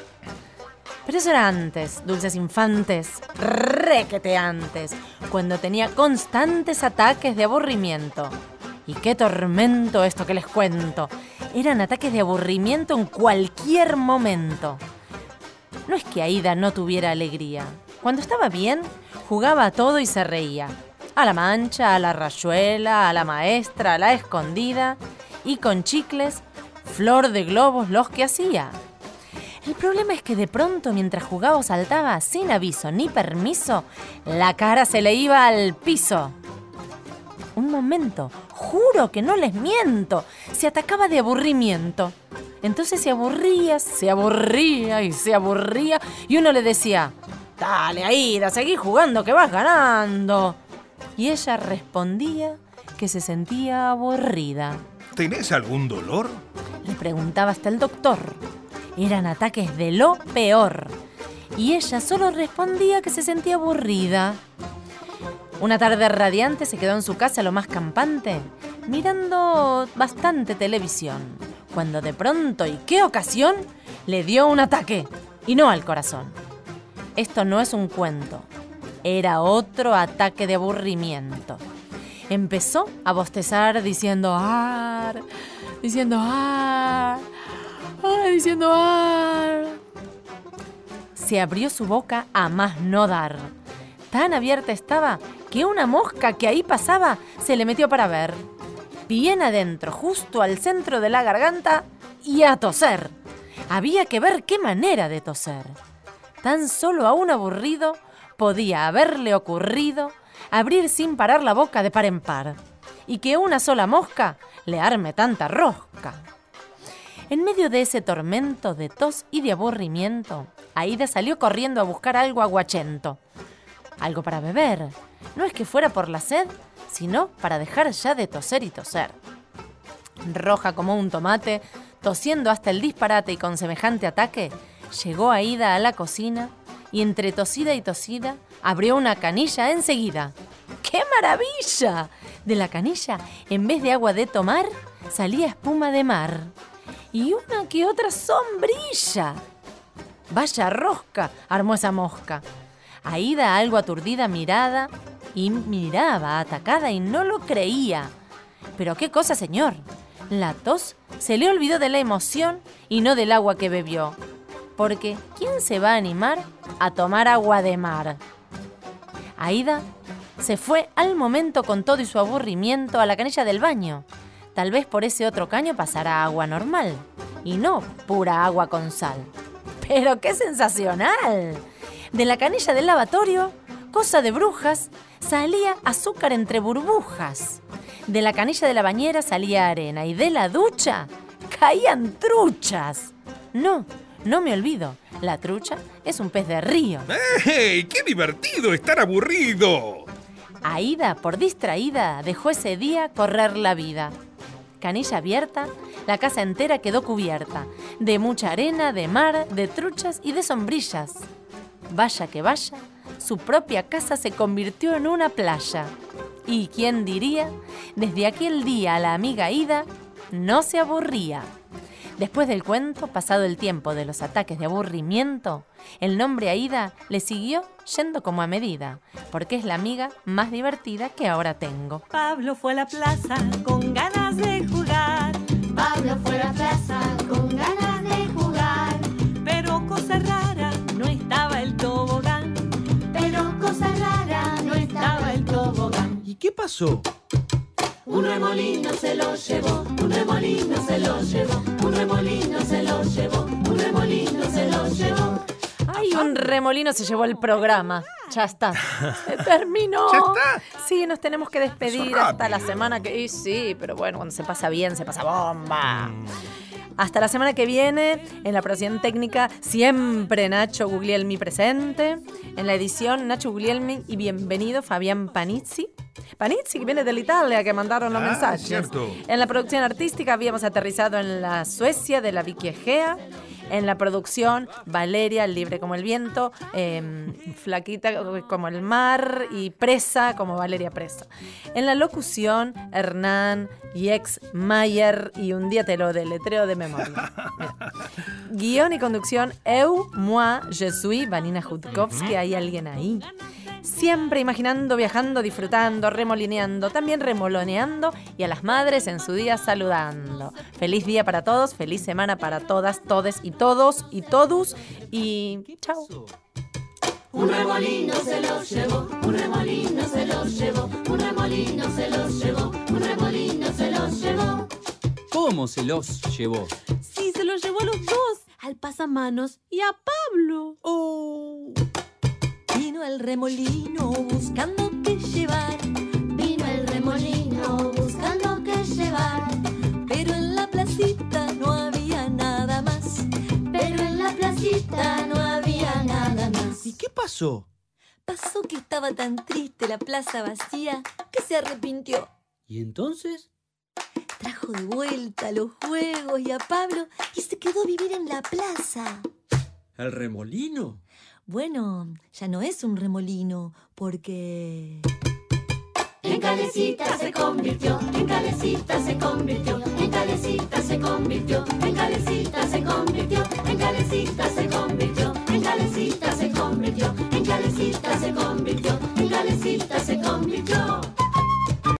[SPEAKER 2] Pero eso era antes, dulces infantes, requete antes, cuando tenía constantes ataques de aburrimiento. Y qué tormento esto que les cuento. Eran ataques de aburrimiento en cualquier momento. No es que Aida no tuviera alegría. Cuando estaba bien, jugaba a todo y se reía. A la mancha, a la rayuela, a la maestra, a la escondida. Y con chicles, flor de globos los que hacía. El problema es que de pronto, mientras jugaba o saltaba sin aviso ni permiso, la cara se le iba al piso. Un momento, juro que no les miento, se atacaba de aburrimiento. Entonces se aburría, se aburría y se aburría, y uno le decía: Dale, Aida, seguí jugando que vas ganando. Y ella respondía que se sentía aburrida.
[SPEAKER 3] ¿Tenés algún dolor?
[SPEAKER 2] Le preguntaba hasta el doctor. Eran ataques de lo peor. Y ella solo respondía que se sentía aburrida. Una tarde radiante se quedó en su casa lo más campante, mirando bastante televisión, cuando de pronto y qué ocasión le dio un ataque, y no al corazón. Esto no es un cuento, era otro ataque de aburrimiento. Empezó a bostezar diciendo, ar, diciendo, ar, ay, diciendo, ar. Se abrió su boca a más no dar. Tan abierta estaba que una mosca que ahí pasaba se le metió para ver. Bien adentro, justo al centro de la garganta y a toser. Había que ver qué manera de toser. Tan solo a un aburrido podía haberle ocurrido abrir sin parar la boca de par en par y que una sola mosca le arme tanta rosca. En medio de ese tormento de tos y de aburrimiento, Aida salió corriendo a buscar algo aguachento. algo para beber. No es que fuera por la sed, sino para dejar ya de toser y toser. Roja como un tomate, tosiendo hasta el disparate y con semejante ataque, llegó Aida a la cocina y entre tosida y tosida abrió una canilla enseguida. ¡Qué maravilla! De la canilla, en vez de agua de tomar, salía espuma de mar. Y una que otra sombrilla. Vaya rosca, armó esa mosca. Aida, algo aturdida, mirada y miraba atacada y no lo creía. Pero qué cosa, señor. La tos se le olvidó de la emoción y no del agua que bebió. Porque, ¿quién se va a animar a tomar agua de mar? Aida se fue al momento con todo y su aburrimiento a la canilla del baño. Tal vez por ese otro caño pasara agua normal y no pura agua con sal. Pero qué sensacional. De la canilla del lavatorio, cosa de brujas, salía azúcar entre burbujas. De la canilla de la bañera salía arena y de la ducha caían truchas. No, no me olvido, la trucha es un pez de río.
[SPEAKER 3] ¡Ey! ¡Qué divertido estar aburrido!
[SPEAKER 2] Aida, por distraída, dejó ese día correr la vida. Canilla abierta, la casa entera quedó cubierta de mucha arena, de mar, de truchas y de sombrillas. Vaya que vaya, su propia casa se convirtió en una playa. Y quién diría, desde aquel día la amiga Ida no se aburría. Después del cuento, pasado el tiempo de los ataques de aburrimiento, el nombre Aida le siguió yendo como a medida, porque es la amiga más divertida que ahora tengo.
[SPEAKER 10] Pablo fue a la plaza con ganas de jugar. Pablo fue a la plaza con ganas de jugar. Pero cosa rara, no estaba el tobogán. Pero cosa rara, no estaba el tobogán.
[SPEAKER 17] ¿Y qué pasó?
[SPEAKER 10] Un remolino se lo llevó, un remolino se lo llevó, un remolino se lo llevó, un remolino se lo llevó.
[SPEAKER 2] Ay, un remolino se llevó el programa. Ya está. Se terminó.
[SPEAKER 10] ¿Ya está?
[SPEAKER 2] Sí, nos tenemos que despedir
[SPEAKER 10] Eso
[SPEAKER 2] hasta
[SPEAKER 10] rápido.
[SPEAKER 2] la semana que. y sí, pero bueno, cuando se pasa bien, se pasa bomba.
[SPEAKER 10] Mm.
[SPEAKER 2] Hasta la semana que viene, en la producción técnica, siempre Nacho Guglielmi presente. En la edición, Nacho Guglielmi y bienvenido Fabián Panizzi. Panizzi, que viene de la Italia, que mandaron los
[SPEAKER 3] Ah,
[SPEAKER 2] mensajes.
[SPEAKER 3] cierto.
[SPEAKER 2] En la producción artística habíamos aterrizado en la Suecia de la Vicky Egea. En la producción, Valeria, libre como el viento, em, flaquita como el mar y presa como Valeria Presa. En la locución, Hernán, Yex, Mayer y un día te lo deletreo de memoria. Guión y conducción, Eu, Moi, Je suis, Vanina Jutkowski, hay alguien ahí. Siempre imaginando, viajando, disfrutando, remolineando, también remoloneando y a las madres en su día saludando. Feliz día para todos, feliz semana para todas, todes y todos y todos y chao.
[SPEAKER 10] Un remolino se lo llevó, un remolino se lo llevó, un remolino se lo llevó, un remolino se lo llevó.
[SPEAKER 17] ¿Cómo se los llevó?
[SPEAKER 10] Sí, se lo llevó a los dos, al pasamanos y a Pablo. Oh. Vino el remolino buscando qué llevar. Vino el remolino buscando qué llevar. Pero en la placita no había nada más. Pero en la placita no había nada más.
[SPEAKER 17] ¿Y qué pasó?
[SPEAKER 10] Pasó que estaba tan triste la plaza vacía que se arrepintió.
[SPEAKER 17] ¿Y entonces?
[SPEAKER 10] Trajo de vuelta los juegos y a Pablo y se quedó a vivir en la plaza.
[SPEAKER 17] ¿El remolino?
[SPEAKER 10] Bueno, ya no es un remolino, porque...
[SPEAKER 18] En calecita se convirtió, en calecita se convirtió, en calecita se convirtió, en calecita se convirtió, en calecita se convirtió, en calecita se convirtió, en calecita se convirtió.